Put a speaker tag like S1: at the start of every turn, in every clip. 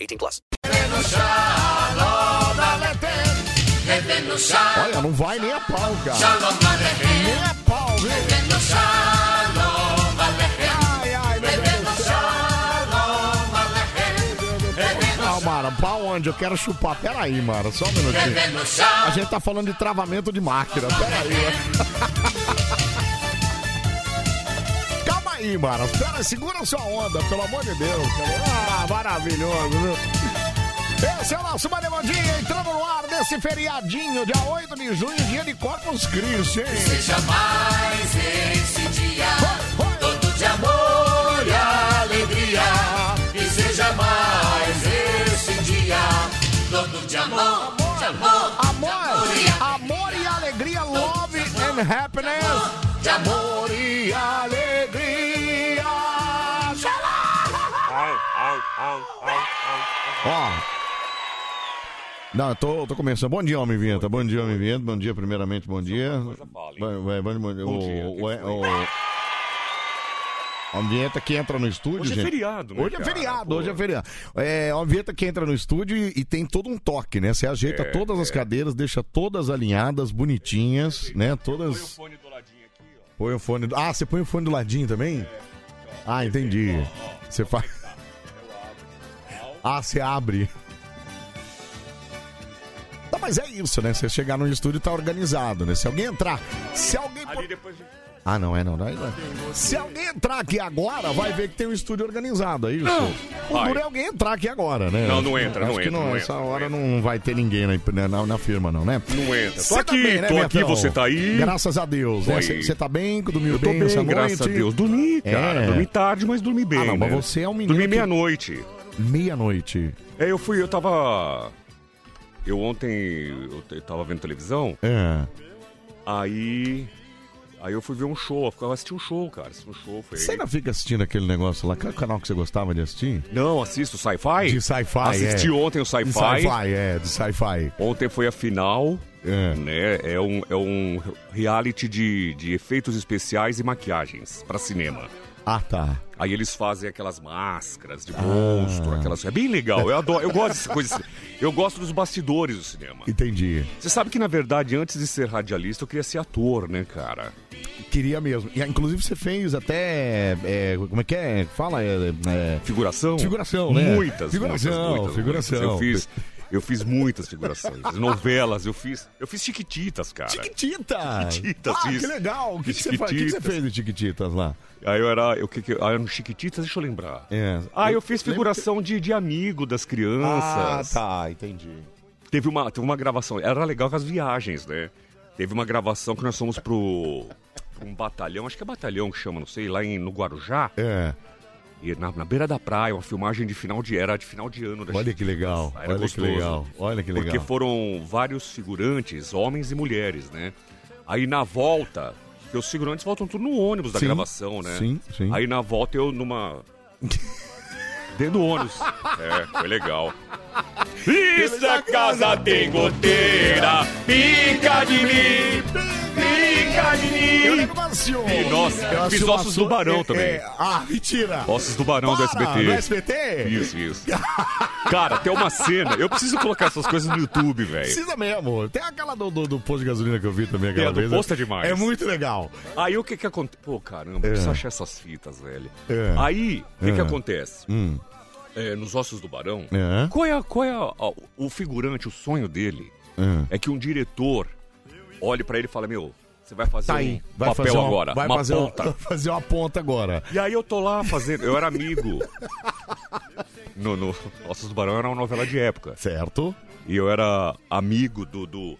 S1: 18 plus.
S2: Olha, não vai nem a pau, cara. Nem a pau, viu? Ai, ai, meu Deus. Não, Mara, pra onde? Eu quero chupar. Pera aí, Mara, só um minutinho. A gente tá falando de travamento de máquina. Pera aí, ó. Calma aí, Mara. Pera, segura sua onda, pelo amor de Deus. Ah, maravilhoso, viu? Esse é o nosso Manemandinha, entrando no ar desse feriadinho, dia 8 de junho, dia de Corpus Christi, hein?
S3: Seja mais esse dia, todo de amor e alegria. E seja mais esse dia, todo de amor, de amor,
S2: amor, amor e alegria, love and happiness. De amor e alegria. Ó. Não, eu tô, eu tô começando. Bom dia, Homem Vinheta. Bom dia, Homem Vinheta. Bom dia, primeiramente, bom dia. Bom, bom, bom, bom, o-
S4: dia,
S2: o-
S4: o que que
S2: o- Homem Vinheta que entra no estúdio,
S4: Hoje é
S2: gente.
S4: feriado, né,
S2: Hoje é
S4: cara?
S2: feriado,
S4: Pô.
S2: hoje é feriado. É, Homem Vinheta que entra no estúdio e, e tem todo um toque, né? Você ajeita
S4: É,
S2: todas as cadeiras, deixa todas alinhadas, bonitinhas, né? Todas. Põe o fone do... Ah, você põe o fone do ladinho também? Ah, entendi. Você faz. Ah, você abre. Tá, mas é isso, né? Você chegar no estúdio e tá organizado, né? Se alguém entrar. Se alguém. pô- Ah, não, é não. não, é, não é. Se alguém entrar aqui agora, vai ver que tem um estúdio organizado, é isso? O duro é alguém entrar aqui agora, né?
S4: Não, não entra,
S2: Acho
S4: não
S2: que
S4: entra,
S2: não,
S4: não
S2: essa
S4: entra, não
S2: hora não vai ter ninguém na, na, na firma, não, né?
S4: Não entra. Tô
S2: Você tá
S4: aqui,
S2: bem, né,
S4: tô aqui,
S2: Betão?
S4: você tá aí.
S2: Graças a Deus,
S4: Tô
S2: né?
S4: aí.
S2: Você você tá bem? Dormiu
S4: Eu tô bem,
S2: essa
S4: graças a
S2: noite?
S4: Deus. Dormi, cara.
S2: É.
S4: Dormi tarde, mas dormi bem.
S2: Ah, não, mas
S4: né?
S2: você é um menino
S4: Dormi
S2: que-
S4: meia-noite.
S2: Meia-noite.
S4: É, eu fui, eu tava. Eu ontem. Eu, t- eu tava vendo televisão,
S2: É.
S4: aí. Aí eu fui ver um show, eu ficava assistindo um show, cara. Assisti um show, foi.
S2: Você ainda fica assistindo aquele negócio lá? Qual é o canal que você gostava de assistir?
S4: Não, assisto sci-fi?
S2: De sci-fi.
S4: Assisti
S2: é.
S4: ontem o sci-fi.
S2: De sci-fi, é, de sci-fi.
S4: Ontem foi a final,
S2: É.
S4: né? É um, é um reality de, de efeitos especiais e maquiagens pra cinema.
S2: Ah, tá.
S4: Aí eles fazem aquelas máscaras de
S2: Ah.
S4: monstro, aquelas. É bem legal. Eu adoro, eu gosto dessas coisas. Eu gosto dos bastidores do cinema.
S2: Entendi.
S4: Você sabe que, na verdade, antes de ser radialista, eu queria ser ator, né, cara?
S2: Queria mesmo. E, inclusive você fez até. é, como é que é? Fala. É, é,
S4: Figuração?
S2: Figuração, né?
S4: Muitas,
S2: Figuração,
S4: muitas, muitas,
S2: figuração.
S4: muitas. Eu fiz. Eu fiz muitas figurações, eu fiz novelas, eu fiz. Eu fiz chiquititas, cara.
S2: Tiquitita!
S4: Chiquititas,
S2: ah, que
S4: isso.
S2: legal! O que, que você faz? O que que você
S4: Chiquititas.
S2: fez de Tiquititas lá?
S4: Aí eu era. Eu, que, que, ah, no Chiquititas, deixa eu lembrar.
S2: É.
S4: Ah, eu,
S2: Eu
S4: fiz
S2: lembro
S4: figuração de, de amigo das crianças.
S2: tá, entendi.
S4: Teve uma, teve uma gravação, era legal com as viagens, né? Teve uma gravação que nós fomos pro. pra um batalhão, acho que é batalhão que chama, não sei, lá em, no Guarujá.
S2: É.
S4: E na, na beira da praia, uma filmagem de final de era de final de ano da
S2: Olha
S4: Chiquititas.
S2: que legal.
S4: Era
S2: Olha que
S4: gostoso.
S2: legal. Olha que
S4: Porque
S2: legal.
S4: foram vários figurantes, homens e mulheres, né? Aí na volta, porque os figurantes voltam tudo no ônibus da
S2: Sim,
S4: gravação, né?
S2: sim, sim.
S4: Aí na volta eu numa. Dentro do ônibus. É, foi legal. Isso é casa tem goteira, pica de mim, pica de
S2: Eu
S4: mim.
S2: lembro do Ancio.
S4: E nossa,
S2: Eu
S4: fiz
S2: assisti o
S4: Ossos
S2: Ancio-
S4: do Barão
S2: é,
S4: também.
S2: é, ah, mentira.
S4: Ossos do Barão do
S2: Para,
S4: SBT.
S2: Do SBT?
S4: Isso, isso. Cara, tem uma cena. Eu preciso colocar essas coisas no YouTube, velho.
S2: Precisa mesmo. Tem aquela do, do, do posto de gasolina que eu vi também aquela
S4: a do
S2: vez.
S4: posto é demais.
S2: É muito legal.
S4: Aí o que que acontece? Pô, caramba,
S2: É.
S4: precisa achar essas fitas, velho.
S2: É.
S4: Aí, o que
S2: É.
S4: que acontece?
S2: Hum.
S4: é, nos Ossos do Barão,
S2: É.
S4: qual é, a- qual é a- a- o figurante, o sonho dele? É que um diretor olhe pra ele e fale, meu, você vai fazer
S2: Tá
S4: um
S2: aí. Vai
S4: papel
S2: fazer uma,
S4: agora,
S2: vai
S4: uma
S2: fazer um uma-
S4: ponta.
S2: fazer uma ponta agora.
S4: E aí eu tô lá fazendo, eu era amigo. No, no Ossos do Barão era uma novela de época.
S2: Certo?
S4: E eu era amigo do... do...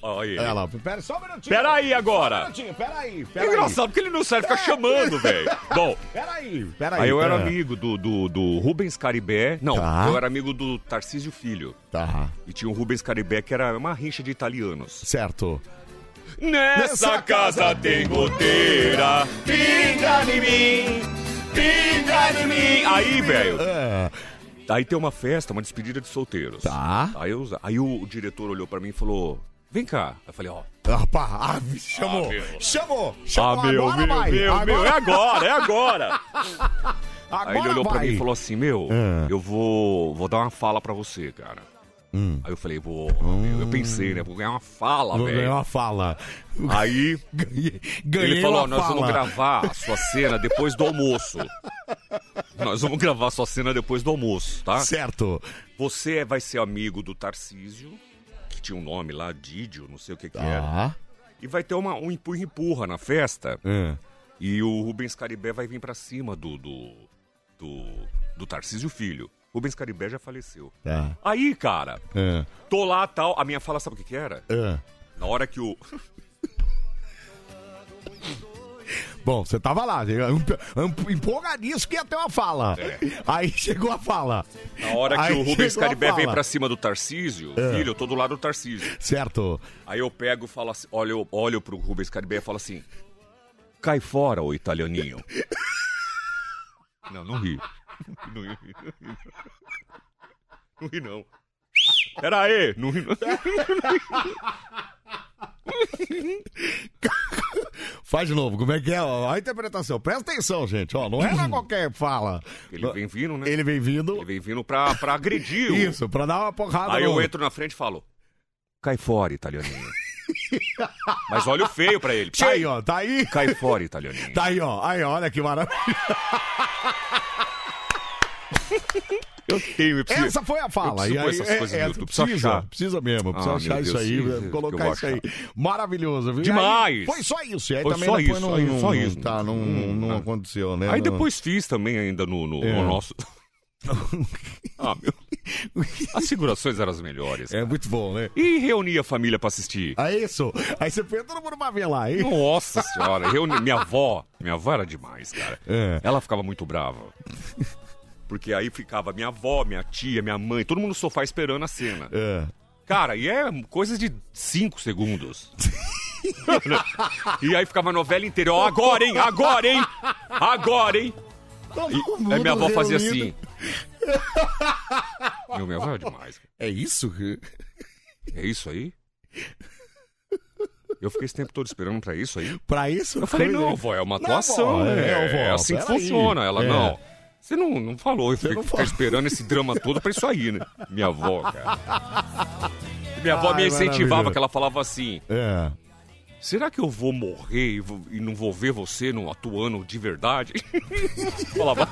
S4: Olha ele.
S2: Olha lá. Pera só um minutinho.
S4: Pera aí
S2: Só um
S4: agora.
S2: minutinho, pera aí. Pera
S4: É
S2: aí.
S4: engraçado porque ele não serve ficar chamando, velho. Bom,
S2: Pera aí. Pera É. aí. É,
S4: aí eu era
S2: pera.
S4: amigo do, do, do Rubens Caribé. Não,
S2: Tá.
S4: eu era amigo do Tarcísio Filho.
S2: Tá.
S4: E tinha o Rubens Caribé, que era uma rincha de italianos.
S2: Certo.
S4: Nessa casa tem goteira, pinga em mim, pinga em mim. Aí, velho,
S2: É.
S4: aí tem uma festa, uma despedida de solteiros.
S2: Tá.
S4: Aí, eu- aí o diretor olhou pra mim e falou, vem cá. Eu falei, ó,
S2: Opa, ah, me chamou.
S4: Ah, meu.
S2: chamou.
S4: ah,
S2: Chamou.
S4: meu,
S2: agora
S4: meu,
S2: vai.
S4: meu,
S2: agora,
S4: meu, é agora, é agora.
S2: agora
S4: Aí ele olhou
S2: vai.
S4: pra mim e falou assim, meu,
S2: Ah.
S4: eu vou, vou dar uma fala pra você, cara. Aí eu falei, pô, meu, eu pensei, né, vou ganhar uma fala,
S2: Hum. Vou ganhar
S4: velho.
S2: uma fala.
S4: Aí
S2: Ganhei, ganhei
S4: ele falou, ó,
S2: uma
S4: nós vamos
S2: fala.
S4: gravar a sua cena depois do almoço. Nós vamos gravar a sua cena depois do almoço, tá?
S2: Certo.
S4: Você é, vai ser amigo do Tarcísio, que tinha um nome lá, Didio, não sei o que que era.
S2: Tá.
S4: E vai ter uma, um empurra-empurra na festa.
S2: É.
S4: E o Rubens Caribé vai vir pra cima do do, do do Tarcísio Filho. Rubens Caribé já faleceu.
S2: Tá.
S4: Aí, cara,
S2: É.
S4: tô lá tal. A minha fala, sabe o que que era?
S2: É.
S4: Na hora que o.
S2: Bom, você tava lá, né? Em- em- empolgadíssimo que ia ter uma fala.
S4: É.
S2: Aí chegou a fala.
S4: Na hora que
S2: Aí
S4: o Rubens
S2: chegou a
S4: Caribé vem
S2: fala. É.
S4: pra cima do Tarcísio, filho, eu tô do lado do Tarcísio.
S2: Certo.
S4: Aí eu pego e falo assim, olho, olho pro Rubens Caribé e falo assim: cai fora, ô italianinho. não, não ri. Não ri. Não ri, não. Pera aí, não ri, não.
S2: Faz de novo, como é que é ó, a interpretação? Presta atenção, gente, ó, não era qualquer fala.
S4: Uhum. Ele vem vindo, né?
S2: Ele vem vindo,
S4: Ele vem vindo pra, pra agredir. o-
S2: isso, tá pra dar uma porrada.
S4: Aí eu
S2: no-
S4: entro na frente e falo: cai fora, italianinho. Mas olha o feio pra ele.
S2: Tá aí, ó, tá aí,
S4: Cai fora, italianinho.
S2: tá aí, ó, aí, ó, olha que maravilha.
S4: Eu tenho, eu preciso-
S2: Essa foi a
S4: eu
S2: fala.
S4: preciso
S2: e aí,
S4: pôr essas coisas no
S2: é,
S4: YouTube,
S2: precisa,
S4: precisa achar.
S2: precisa mesmo, precisa
S4: Ah,
S2: achar
S4: meu
S2: isso
S4: Deus,
S2: aí,
S4: isso que eu
S2: colocar
S4: vou
S2: isso aí. Maravilhoso, viu?
S4: Demais!
S2: Aí, foi só isso, e aí
S4: Foi
S2: também
S4: só
S2: não, foi-
S4: isso,
S2: não,
S4: aí
S2: não,
S4: só
S2: não-
S4: isso.
S2: Tá, não,
S4: Hum,
S2: não
S4: tá.
S2: aconteceu, né?
S4: Aí
S2: Não-
S4: depois fiz também ainda no, no-
S2: É.
S4: no nosso. ah, meu. As figurações eram as melhores.
S2: É muito bom, né?
S4: E reunia a família pra assistir.
S2: É isso. Aí você põe todo mundo pra ver lá, hein?
S4: Nossa senhora, reuni... minha avó, minha avó era demais, cara.
S2: É.
S4: Ela ficava muito brava. Porque aí ficava minha avó, minha tia, minha mãe, todo mundo no sofá esperando a cena.
S2: É.
S4: Cara, e é coisas de 5 segundos. e aí ficava a novela inteira, ó, agora, hein, agora, hein, agora, hein.
S2: Todo
S4: E,
S2: mundo
S4: aí minha avó fazia
S2: reunido.
S4: assim. Meu, minha avó é demais. cara.
S2: É isso?
S4: É isso aí? Eu fiquei esse tempo todo esperando pra isso aí.
S2: Pra isso?
S4: Eu falei, não, vó, é uma
S2: vó,
S4: atuação. é,
S2: é, vó,
S4: é assim que
S2: peraí.
S4: funciona. Ela,
S2: É.
S4: não. Você não, não falou, eu fiquei
S2: não
S4: ficar
S2: falou.
S4: esperando esse drama todo pra isso aí, né? Minha avó, cara. Minha avó me
S2: Ai,
S4: incentivava,
S2: maravilhoso.
S4: que ela falava assim:
S2: É.
S4: será que eu vou morrer e, vou- e não vou ver você não atuando de verdade? falava,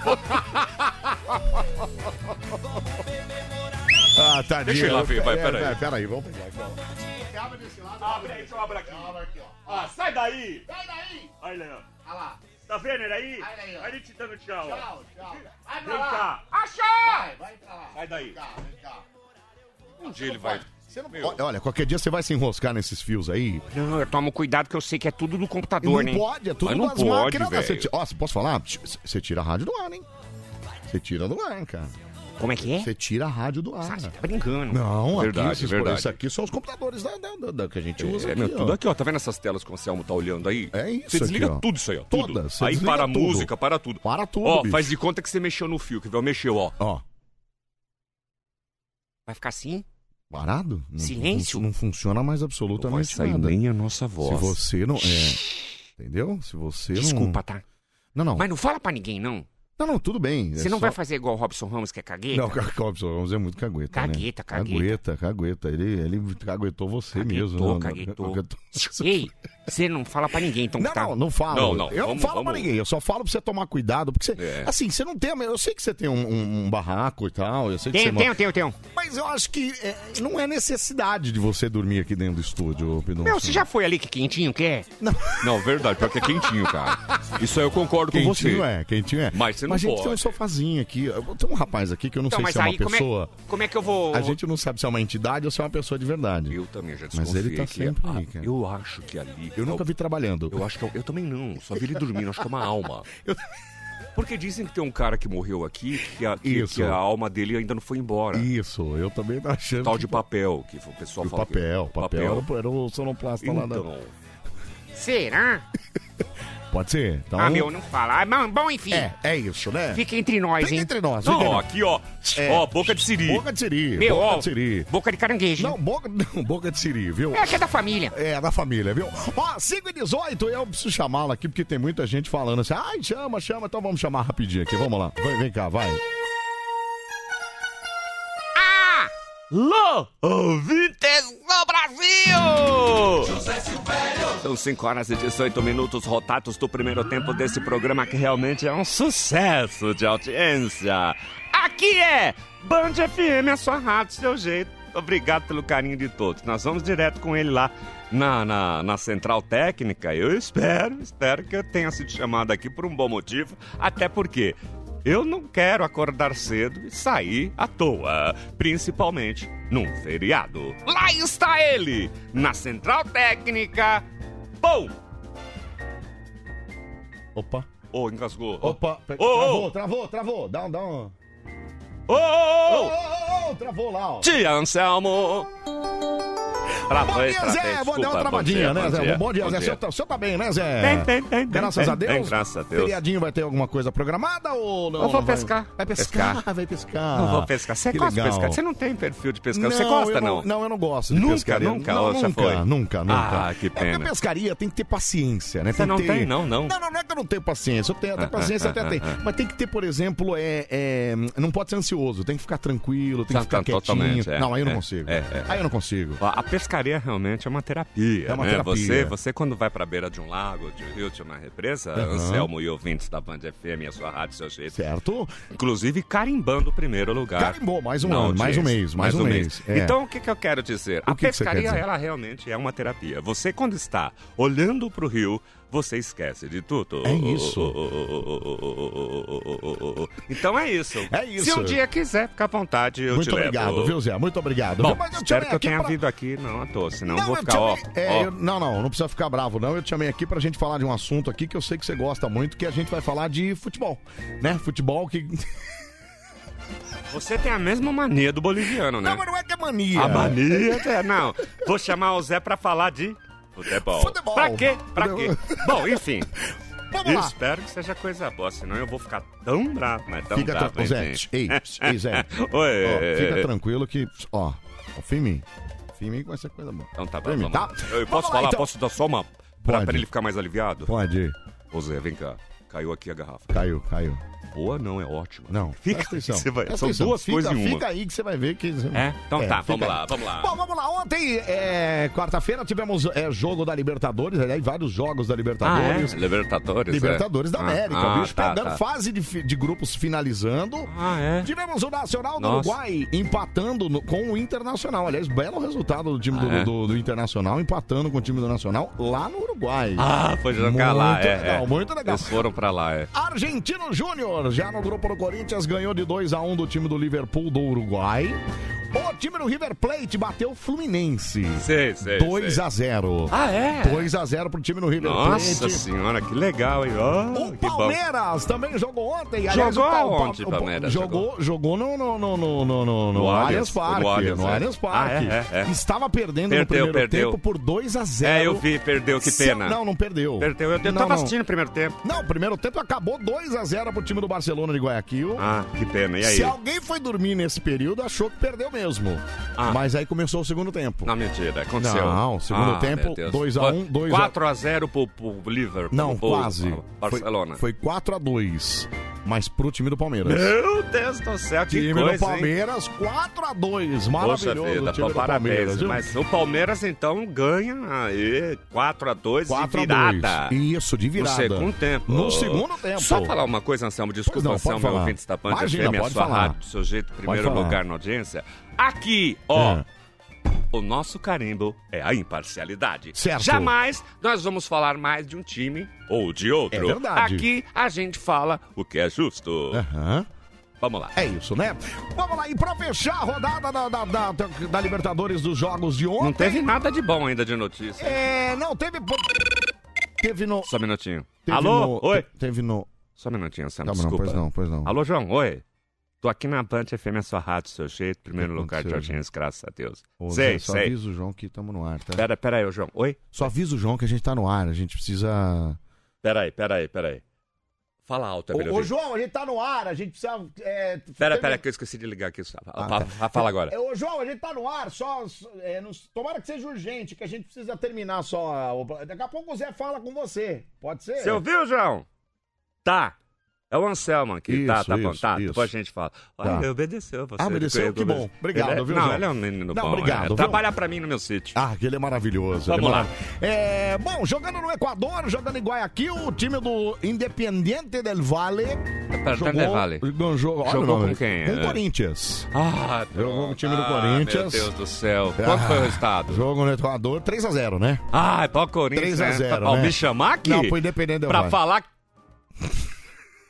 S2: Ah, tadinho.
S4: Deixa eu ir lá ver, vai,
S2: É,
S4: peraí.
S2: é, Peraí, vamos pegar aqui. ó.
S5: Abre aí, deixa eu abrir aqui. Ah, sai daí! Sai daí! Aí, Leandro. Olha lá. Tá vendo ele aí? Olha ele te dando tchau. Tchau, tchau. Vai pra lá.
S4: sai daí. Um dia ele vai.
S2: Você não- Olha, Olha, qualquer dia você vai se enroscar nesses fios aí.
S4: Não, eu tomo cuidado que eu sei que é tudo do
S2: E não
S4: computador,
S2: pode, é tudo
S4: Mas não
S2: das
S4: pode,
S2: máquinas. né? Você
S4: velho.
S2: ti- Ó, posso falar? Você tira a rádio do ar, hein? Você tira do ar, cara.
S4: Como é que é?
S2: Você tira a rádio do ar.
S4: Você tá brincando.
S2: Não,
S4: verdade,
S2: aqui, esses,
S4: verdade.
S2: esse aqui são os computadores da, da- da- da que a gente usa
S4: É,
S2: aqui,
S4: meu,
S2: ó.
S4: tudo aqui, ó. Tá vendo essas telas que o Anselmo tá olhando aí?
S2: É isso
S4: Você desliga
S2: aqui, ó.
S4: tudo isso aí, ó. Tudo.
S2: Todas, você
S4: aí
S2: desliga
S4: para a
S2: tudo.
S4: música, para tudo.
S2: Para tudo,
S4: Ó,
S2: bicho.
S4: faz de conta que você mexeu no fio, que vai mexeu, ó.
S2: Ó,
S4: Vai ficar assim?
S2: parado? Não-
S4: Silêncio.
S2: Não, funciona mais
S4: Não vai
S2: absolutamente
S4: sair
S2: nada.
S4: nem a nossa
S2: Se
S4: voz.
S2: você não. É, entendeu? Se você não.
S4: Desculpa, tá?
S2: Não, não.
S4: Mas não fala pra ninguém, não.
S2: Não, não, tudo bem. É
S6: Você não vai fazer igual o Robson Ramos, que é cagueta?
S2: Não, o Robson Ramos é muito cagueta.
S6: Cagueta,
S2: né? Cagueta,
S6: cagueta.
S2: cagueta. Ele, ele caguetou você mesmo.
S6: Caguetou,
S2: não-
S6: caguetou.
S2: caguetou.
S6: Ei, você não fala pra ninguém, então
S2: Não,
S6: tá.
S2: não, não falo.
S4: Não, não,
S2: Eu não
S4: vamos-
S2: falo pra
S4: vamos.
S2: ninguém, eu só falo pra você tomar cuidado, porque você.
S4: É.
S2: Assim, você não tem. a me- Eu sei que você tem um, um- um barraco e tal, eu sei que
S6: Tenho,
S2: você.
S6: tenho, tenho, tenho.
S2: Mas eu acho que é, não é necessidade de você dormir aqui dentro do estúdio, Pidon.
S6: Meu, você já foi ali que quentinho que é?
S4: Não, verdade, pior que é quentinho, cara. Isso aí eu concordo com
S2: Quentinho
S4: você.
S2: é, quentinho é.
S4: Mas você não
S2: a gente tem um
S4: pode.
S2: sofazinho aqui. Tem um rapaz aqui que eu não
S6: Então,
S2: sei
S6: mas
S2: se é
S6: aí
S2: uma
S6: como é,
S2: pessoa.
S6: como é que eu vou.
S2: A gente não sabe se é uma entidade ou se é uma pessoa de verdade.
S4: Eu também já
S2: Mas
S4: desconfiei.
S2: ele tá
S4: que- é. Ah,
S2: sempre aí, cara.
S4: Eu acho que ali...
S2: Eu nunca vi trabalhando.
S4: Eu acho que... é- Eu também não. Só vi ele dormindo. Acho que é uma alma. Porque dizem que tem um cara que morreu aqui que a, que,
S2: Isso.
S4: que a alma dele ainda não foi embora.
S2: Isso, eu também tô achando.
S4: é. Tal
S2: que-
S4: de papel, que o pessoal
S2: O
S4: fala
S2: papel,
S4: que... é.
S2: papel, era o sonoplasta lá da.
S4: Então,
S6: Será?
S2: Pode ser? Então,
S6: Ah, meu, não fala. Ah, bom, bom, enfim.
S2: É, é isso, né?
S6: Fica entre nós,
S2: Fica
S6: hein?
S2: entre nós,
S4: Não,
S2: fica
S4: ó,
S2: entre-
S4: aqui, ó.
S2: É.
S4: Ó, boca de siri.
S2: Boca de siri,
S6: Meu,
S2: boca
S6: ó,
S2: de siri.
S6: Boca de caranguejo. hein?
S2: Não, boca, não, boca de siri, viu?
S6: É que é da família.
S2: É, da família, viu? Ó, 5 e 18, eu preciso chamá-la aqui, porque tem muita gente falando assim, ai, chama, chama, então vamos chamar rapidinho aqui, vamos lá. Vem, vem cá, vai.
S6: Alô, ouvintes do Brasil! São 5 horas e 18 minutos rotados do primeiro tempo desse programa que realmente é um sucesso de audiência. Aqui é Band FM, a sua rádio, seu jeito. Obrigado pelo carinho de todos. Nós vamos direto com ele lá na, na, na Central Técnica. Eu espero, espero que eu tenha sido chamado aqui por um bom motivo. Até porque eu não quero acordar cedo e sair à toa, principalmente num feriado. Lá está ele, na Central Técnica. Bom!
S2: Opa,
S6: Ô, engasgou. Ô,
S2: opa, pe-
S6: Ô,
S2: travou,
S6: ô.
S2: travou, travou, dá um, dá um.
S6: ô,
S2: Ô,
S6: ô, ô!
S2: ô, ô, travou lá, ó.
S6: Tia Anselmo! Pra
S2: Bom
S6: frente,
S2: dia,
S6: pra
S2: Zé,
S6: frente,
S2: vou dar
S6: desculpa,
S2: uma
S6: dia,
S2: travadinha, né, Zé? Bom dia, Zé, o
S4: dia.
S2: senhor tá- o senhor tá bem, né, Zé?
S6: Tem, tem, tem.
S2: Graças
S6: tem,
S2: a Deus.
S6: Tem, graças a Deus.
S2: Feriadinho vai ter alguma coisa programada ou não?
S6: Eu vou
S2: Não vai?
S6: pescar.
S2: Vai pescar, vai pescar.
S6: Não vou pescar. Você
S2: Que
S6: gosta de
S2: legal.
S6: pescar? Você não tem perfil de pescar. Você gosta,
S2: eu
S6: não?
S2: Não, eu não gosto de
S6: Nunca,
S2: pescaria.
S6: nunca,
S2: não,
S6: ou já
S2: nunca,
S6: foi?
S2: nunca, nunca.
S4: Ah, que
S2: É porque
S4: pena.
S2: pescaria tem que ter paciência, né?
S6: Você não
S2: que ter-
S6: tem, não, não.
S2: Não, não, não é que eu não tenho paciência. Eu tenho até
S4: Ah,
S2: paciência,
S4: ah,
S2: até
S4: ah,
S2: tenho.
S4: ah,
S2: Mas tem que ter, por exemplo, é, é, não pode ser ansioso. Tem que ficar tranquilo, tem que
S4: Tá,
S2: ficar
S4: tá,
S2: quietinho.
S4: totalmente, é,
S2: não, aí eu não
S4: é,
S2: consigo.
S4: é, é.
S2: Aí eu não consigo.
S4: Ó, A pescaria realmente é uma terapia.
S2: É uma
S4: né?
S2: terapia.
S4: Você, você, quando vai pra beira de um lago, de um rio, de uma represa, Anselmo e ouvintes da Band FM, e a sua rádio, seu jeito.
S2: Certo?
S4: Inclusive carimbando o primeiro lugar.
S2: Carimbou, mais um
S4: Na
S2: ano, mais um
S4: audiência.
S2: mês, mais um mês, é.
S4: Então, o que, que eu quero dizer?
S2: O
S4: a
S2: que que você quer
S4: pescaria,
S2: dizer?
S4: ela realmente é uma terapia. Você, quando está olhando pro rio, você esquece de tudo.
S2: É isso.
S4: Então é isso.
S2: É isso.
S4: Se um dia quiser, fica à vontade, eu
S2: Muito
S4: te
S2: obrigado,
S4: levo.
S2: viu, Zé? Muito obrigado.
S4: Bom,
S2: viu? Mas eu te
S4: espero
S2: chamei
S4: que eu
S2: aqui
S4: tenha
S2: pra-
S4: vindo aqui, não à toa, senão eu vou
S2: eu
S4: ficar, ó,
S2: te amei- é,
S4: ó,
S2: eu- não, não, não precisa ficar bravo, não. Eu te chamei aqui pra gente falar de um assunto aqui que eu sei que você gosta muito, que a gente vai falar de futebol. Né? Futebol que.
S4: Você tem a mesma mania do boliviano, né?
S2: Não, mas não é que é mania.
S4: A mania, é, não. Vou chamar o Zé pra falar de futebol.
S2: Futebol.
S4: Pra quê? Pra
S2: Futebol.
S4: quê? Bom, enfim.
S2: Vamos lá.
S4: Espero que seja coisa boa, senão eu vou ficar tão bravo, mas tão
S2: Fica
S4: bravo.
S2: tranquilo. Zé,
S4: enfim.
S2: ei, ei, Zé.
S4: Oi. é,
S2: Ó, fica tranquilo que. Ó, confia em mim. Confia em mim que vai ser coisa boa.
S4: Então tá bom,
S2: Confia em mim,
S4: vamos lá. Eu
S2: Vamos
S4: posso
S2: lá,
S4: falar,
S2: então.
S4: posso dar só uma... Pra,
S2: Pode.
S4: pra ele ficar mais aliviado?
S2: Pode ir.
S4: Ô Zé, vem cá. Caiu aqui a garrafa.
S2: Caiu, caiu.
S4: Boa não, é ótima.
S2: Não.
S4: Fica
S2: presta atenção.
S4: Você vai-
S2: presta
S4: São
S2: atenção.
S4: duas
S2: Fica-
S4: coisas em uma.
S2: Fica aí que você vai ver que.
S4: É? Então tá,
S2: fica
S4: vamos
S2: aí.
S4: lá, vamos lá.
S2: Bom, vamos lá. Ontem, é, quarta-feira, tivemos é, jogo da Libertadores, aliás, vários jogos da
S4: Ah, é?
S2: Libertadores.
S4: Libertadores, é?
S2: Libertadores da
S4: Ah,
S2: América,
S4: ah,
S2: bicho,
S4: tá,
S2: pegando
S4: tá.
S2: fase de, fi- de grupos finalizando.
S4: Ah, é?
S2: Tivemos o Nacional do
S4: Nossa.
S2: Uruguai empatando no- com o Internacional. Aliás, belo resultado do time do,
S4: é?
S2: do- do Internacional, empatando com o time do Nacional lá no Uruguai.
S4: Ah, foi jogar
S2: Muito
S4: lá, é,
S2: legal,
S4: é.
S2: muito legal.
S4: Eles foram pra lá, é.
S2: Argentino Júnior, já no grupo do Corinthians, ganhou de 2 a 1 do time do Liverpool do Uruguai. O time do River Plate bateu o Fluminense.
S4: Sei, sei,
S2: 2
S4: sei.
S2: a 0.
S4: Ah, é?
S2: 2 a 0 pro time do River
S4: Nossa
S2: Plate.
S4: senhora, que legal, hein? Ó,
S2: O
S4: que bom.
S2: Palmeiras também jogou ontem.
S4: Jogou
S2: o Pa-
S4: aonde,
S2: o Pa-
S4: Palmeiras?
S2: Jogou, jogou no, no, no, no, no, no,
S4: No
S2: Allianz
S4: Allianz,
S2: Parque.
S4: no Allianz,
S2: no
S4: é.
S2: Allianz Parque.
S4: Ah, é, é, é.
S2: Estava perdendo no
S4: Perdeu,
S2: primeiro
S4: perdeu.
S2: tempo por 2 a 0
S4: É, eu vi, perdeu, que
S2: Se eu-
S4: pena.
S2: Não, não perdeu.
S4: Perdeu, eu, eu
S2: Não,
S4: tava
S2: não.
S4: assistindo o primeiro tempo.
S2: Não, o primeiro tempo acabou 2 a 0 pro time do Barcelona de Guayaquil.
S4: Ah, que pena, e aí?
S2: Se alguém foi dormir nesse período, achou que perdeu mesmo.
S4: Ah.
S2: Mas aí começou o segundo tempo.
S4: Não, mentira, aconteceu.
S2: Não, segundo
S4: Ah,
S2: tempo,
S4: meu Deus.
S2: 2 a
S4: Foi
S2: 1, 2 a-
S4: 4 a 0 pro, pro Liverpool.
S2: Não,
S4: pro
S2: quase.
S4: Barcelona.
S2: Foi, foi 4 a 2 mas pro time do Palmeiras.
S6: Meu Deus
S4: Tá
S6: do céu, que
S2: time
S6: coisa,
S2: do Palmeiras, 4x2.
S6: Poxa
S2: Maravilhoso.
S6: vida,
S2: o time
S6: pô,
S2: do
S6: parabéns.
S2: Palmeiras, viu?
S6: Mas o Palmeiras então ganha aí 4x2
S2: 4
S6: de
S2: a
S6: virada.
S2: 2. Isso, de virada.
S6: No segundo tempo.
S2: No segundo tempo.
S6: Só falar uma coisa, Anselmo.
S2: Pois
S6: Desculpa,
S2: não, pode
S6: Anselmo,
S2: falar.
S6: meu ouvinte da Pan
S2: Imagina,
S6: FM, a
S2: pode
S6: sua
S2: falar.
S6: rádio, seu jeito, primeiro
S2: falar.
S6: lugar na audiência. Aqui, ó.
S2: É.
S6: O nosso carimbo é a imparcialidade.
S2: Certo.
S6: Jamais nós vamos falar mais de um time ou de outro.
S2: É verdade.
S6: Aqui a gente fala o que é justo.
S2: Aham.
S6: Vamos lá.
S2: É isso, né? Vamos lá, e pra fechar a rodada da, da, da- da Libertadores dos Jogos de ontem.
S6: Não teve nada de bom ainda de notícia.
S2: É, não, teve. Teve no.
S6: Só um minutinho.
S2: teve
S6: Alô?
S2: no-
S6: Oi?
S2: te- Teve no.
S6: Só um minutinho, Sam,
S2: Tá, mas não,
S6: desculpa.
S2: pois não, pois não.
S6: Alô, João, oi. Tô aqui na Band FM, a sua rádio, seu jeito, primeiro lugar de
S2: aconteceu, né?
S6: audiência, graças a Deus.
S2: Ô,
S6: sei,
S2: Zé, só
S6: sei.
S2: avisa o João que estamos no ar, tá?
S6: Pera, pera aí, ô, João, oi.
S2: Só avisa o João que a gente tá no ar, a gente precisa.
S6: Pera aí, pera aí, pera aí. Fala alto, Abelha.
S2: Ô, ô, João, a gente tá no ar, a gente precisa. É,
S6: Pera,
S2: termi-
S6: pera, que eu esqueci de ligar aqui. Fala,
S2: Ah, tá.
S6: fala agora.
S2: É, Ô, João, a gente tá no ar, só. só- é, nos- Tomara que seja urgente, que a gente precisa terminar só. a- o- Daqui a pouco o Zé fala com você. Pode ser?
S6: Você ouviu, João? Tá. É o Anselmo aqui,
S2: Isso,
S6: tá, tá bom,
S2: isso,
S6: tá.
S2: isso.
S6: Depois a gente fala. Olha, ele obedeceu você.
S2: Ah, obedeceu?
S6: ele-
S2: Que bom. Obrigado,
S6: ele é-
S2: viu,
S6: Não,
S2: João?
S6: ele é um menino
S2: Não,
S6: bom.
S2: obrigado,
S6: é.
S2: viu?
S6: Trabalha pra mim no meu sítio.
S2: Ah, que ele é maravilhoso.
S6: Vamos
S2: ele é
S6: lá.
S2: maravilhoso. É, bom, jogando no Equador, jogando em Guayaquil, o time do Independiente del Valle.
S6: Independiente del Valle.
S2: Não, jo- olha
S6: é Jogou
S2: o nome.
S6: com quem?
S2: Com o
S6: É.
S2: Corinthians.
S6: Ah,
S2: Jogou com o time do
S6: ah,
S2: Corinthians. Ah.
S6: Meu Deus do céu. Qual foi o resultado?
S2: Jogo no Equador, 3x0, né?
S6: Ah, é pro Corinthians.
S2: 3 a 0,
S6: né? Pra- pra
S2: né?
S6: me chamar aqui?
S2: Não, pro Independente Del
S6: Pra
S2: Valle.
S6: falar.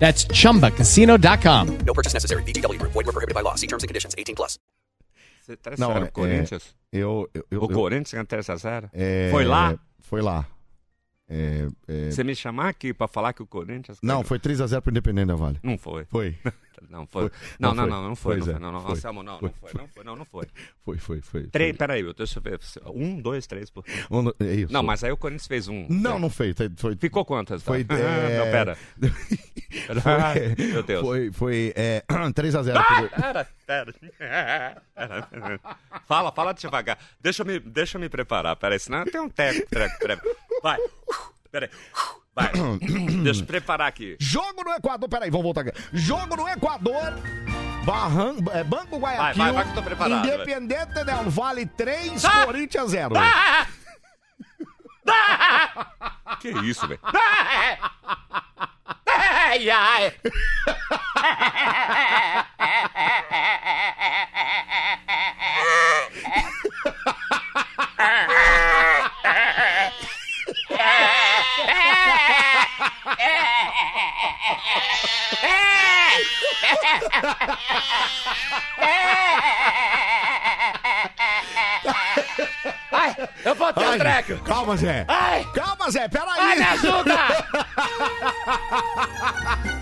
S7: That's chumbacasino.com.
S8: No purchase necessary. VGW Group. Void were prohibited by law. See terms and conditions. 18 plus.
S6: Você tá
S2: Não,
S6: sério,
S2: é-
S6: Corinthians?
S2: Eu. eu, eu eu-
S6: O Corinthians ganha 3x0?
S2: é,
S6: Foi lá?
S2: Foi lá. É, é,
S6: Você me chamar aqui pra falar que o Corinthians.
S2: não,
S6: ganhou?
S2: foi 3x0 pro Independente Del Vale.
S6: Não foi.
S2: Foi.
S6: Não foi.
S2: Foi.
S6: Não,
S2: Não
S6: não,
S2: foi.
S6: não, não foi. Não
S2: Pois é,
S6: foi. Não, não,
S2: foi.
S6: Anselmo, não, não
S2: Foi.
S6: foi. Não foi, não, não foi.
S2: Foi, foi, foi.
S6: Três,
S2: foi.
S6: peraí, eu- deixa eu ver. Um, dois, três. pô.
S2: Um, dois- é isso.
S6: Não, mas aí o Corinthians fez um.
S2: Não, não fez. tá- Foi,
S6: Ficou quantas?
S2: Foi.
S6: Ah,
S2: é,
S6: Não, pera. Ah, Meu Deus. Ah!
S2: Foi, foi é, 3x0 pro.
S6: Pera, pera. Pera, pera. Fala, fala devagar. Deixa eu me, deixa eu me preparar, peraí, senão tem um treco, treco, treco. Vai. Peraí. Vai. Deixa eu preparar aqui.
S2: Jogo no Equador. Peraí, vamos voltar aqui. Jogo no Equador. Barran, é, Banco Guayaquil.
S6: vai, vai que eu tô preparado, vai.
S2: Independente Del Vale 3,
S6: Ah!
S2: Corinthians 0.
S6: Ah! Ah! Que isso, velho? Ai, ai. Eu vou ter um treco.
S2: Calma, Zé.
S6: Ai.
S2: Calma, Zé. Peraí.
S6: Ai, me ajuda!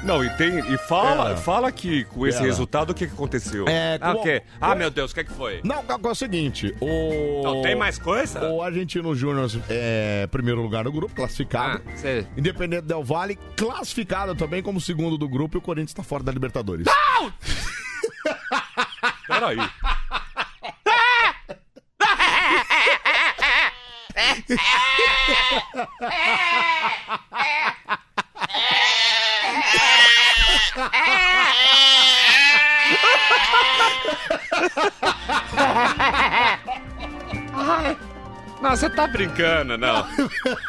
S6: Não, e tem. E fala,
S2: Pera.
S6: fala que com esse
S2: Pera.
S6: resultado o que, que aconteceu?
S2: É,
S6: É. ah,
S2: com-
S6: o quê? Ah, meu Deus, o que, que foi?
S2: Não, calma, é o seguinte. O...
S6: Não tem mais coisa?
S2: O Argentino Júnior é primeiro lugar do grupo, classificado.
S6: Ah, sei.
S2: Independente Del Vale, classificado também como segundo do grupo e o Corinthians tá fora da Libertadores.
S6: Ah! Peraí. Não, você tá brincando, não.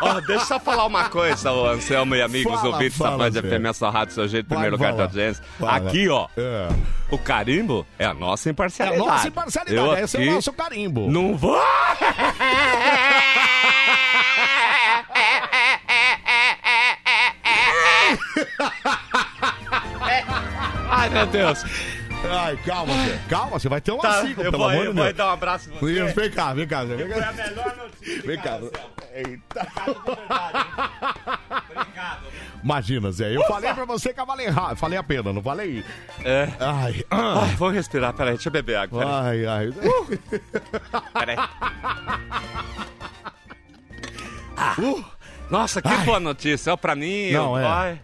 S6: Ó, deixa eu só falar uma coisa, ô Anselmo e amigos
S2: Fala,
S6: ouvintes
S2: fala,
S6: da Band
S2: Zé.
S6: FM, essa rádio, seu jeito,
S2: Vai,
S6: primeiro lugar da
S2: fala.
S6: audiência.
S2: Fala.
S6: Aqui, ó,
S2: É.
S6: o carimbo é a nossa
S2: É a
S6: imparcialidade.
S2: nossa imparcialidade,
S6: Eu
S2: esse
S6: aqui
S2: é o nosso carimbo.
S6: Não vou! Ai, meu Deus.
S2: Ai, calma, Zé. Calma, você vai ter uma
S6: Tá,
S2: cinco,
S6: eu
S2: pelo
S6: vou,
S2: amor
S6: eu
S2: de
S6: vou
S2: Deus.
S6: dar um abraço em você.
S4: É.
S2: Vem cá, vem cá, Zé. Vem
S5: Foi a
S2: cá.
S5: melhor notícia.
S2: Vem cá.
S5: Anselmo.
S4: Tá
S2: Eita.
S5: Obrigado de verdade. Obrigado.
S2: Imagina, Zé. Eu falei pra você que ia valer ra- Falei a pena, não falei? É. Ai, ah,
S4: Ai, vou respirar, peraí, deixa eu beber água. peraí.
S2: ai, ai.
S4: Uh, Peraí. Ah, nossa, que
S2: Ai.
S4: boa notícia. Ó, Pra mim,
S2: Não, é.
S4: eu- ai,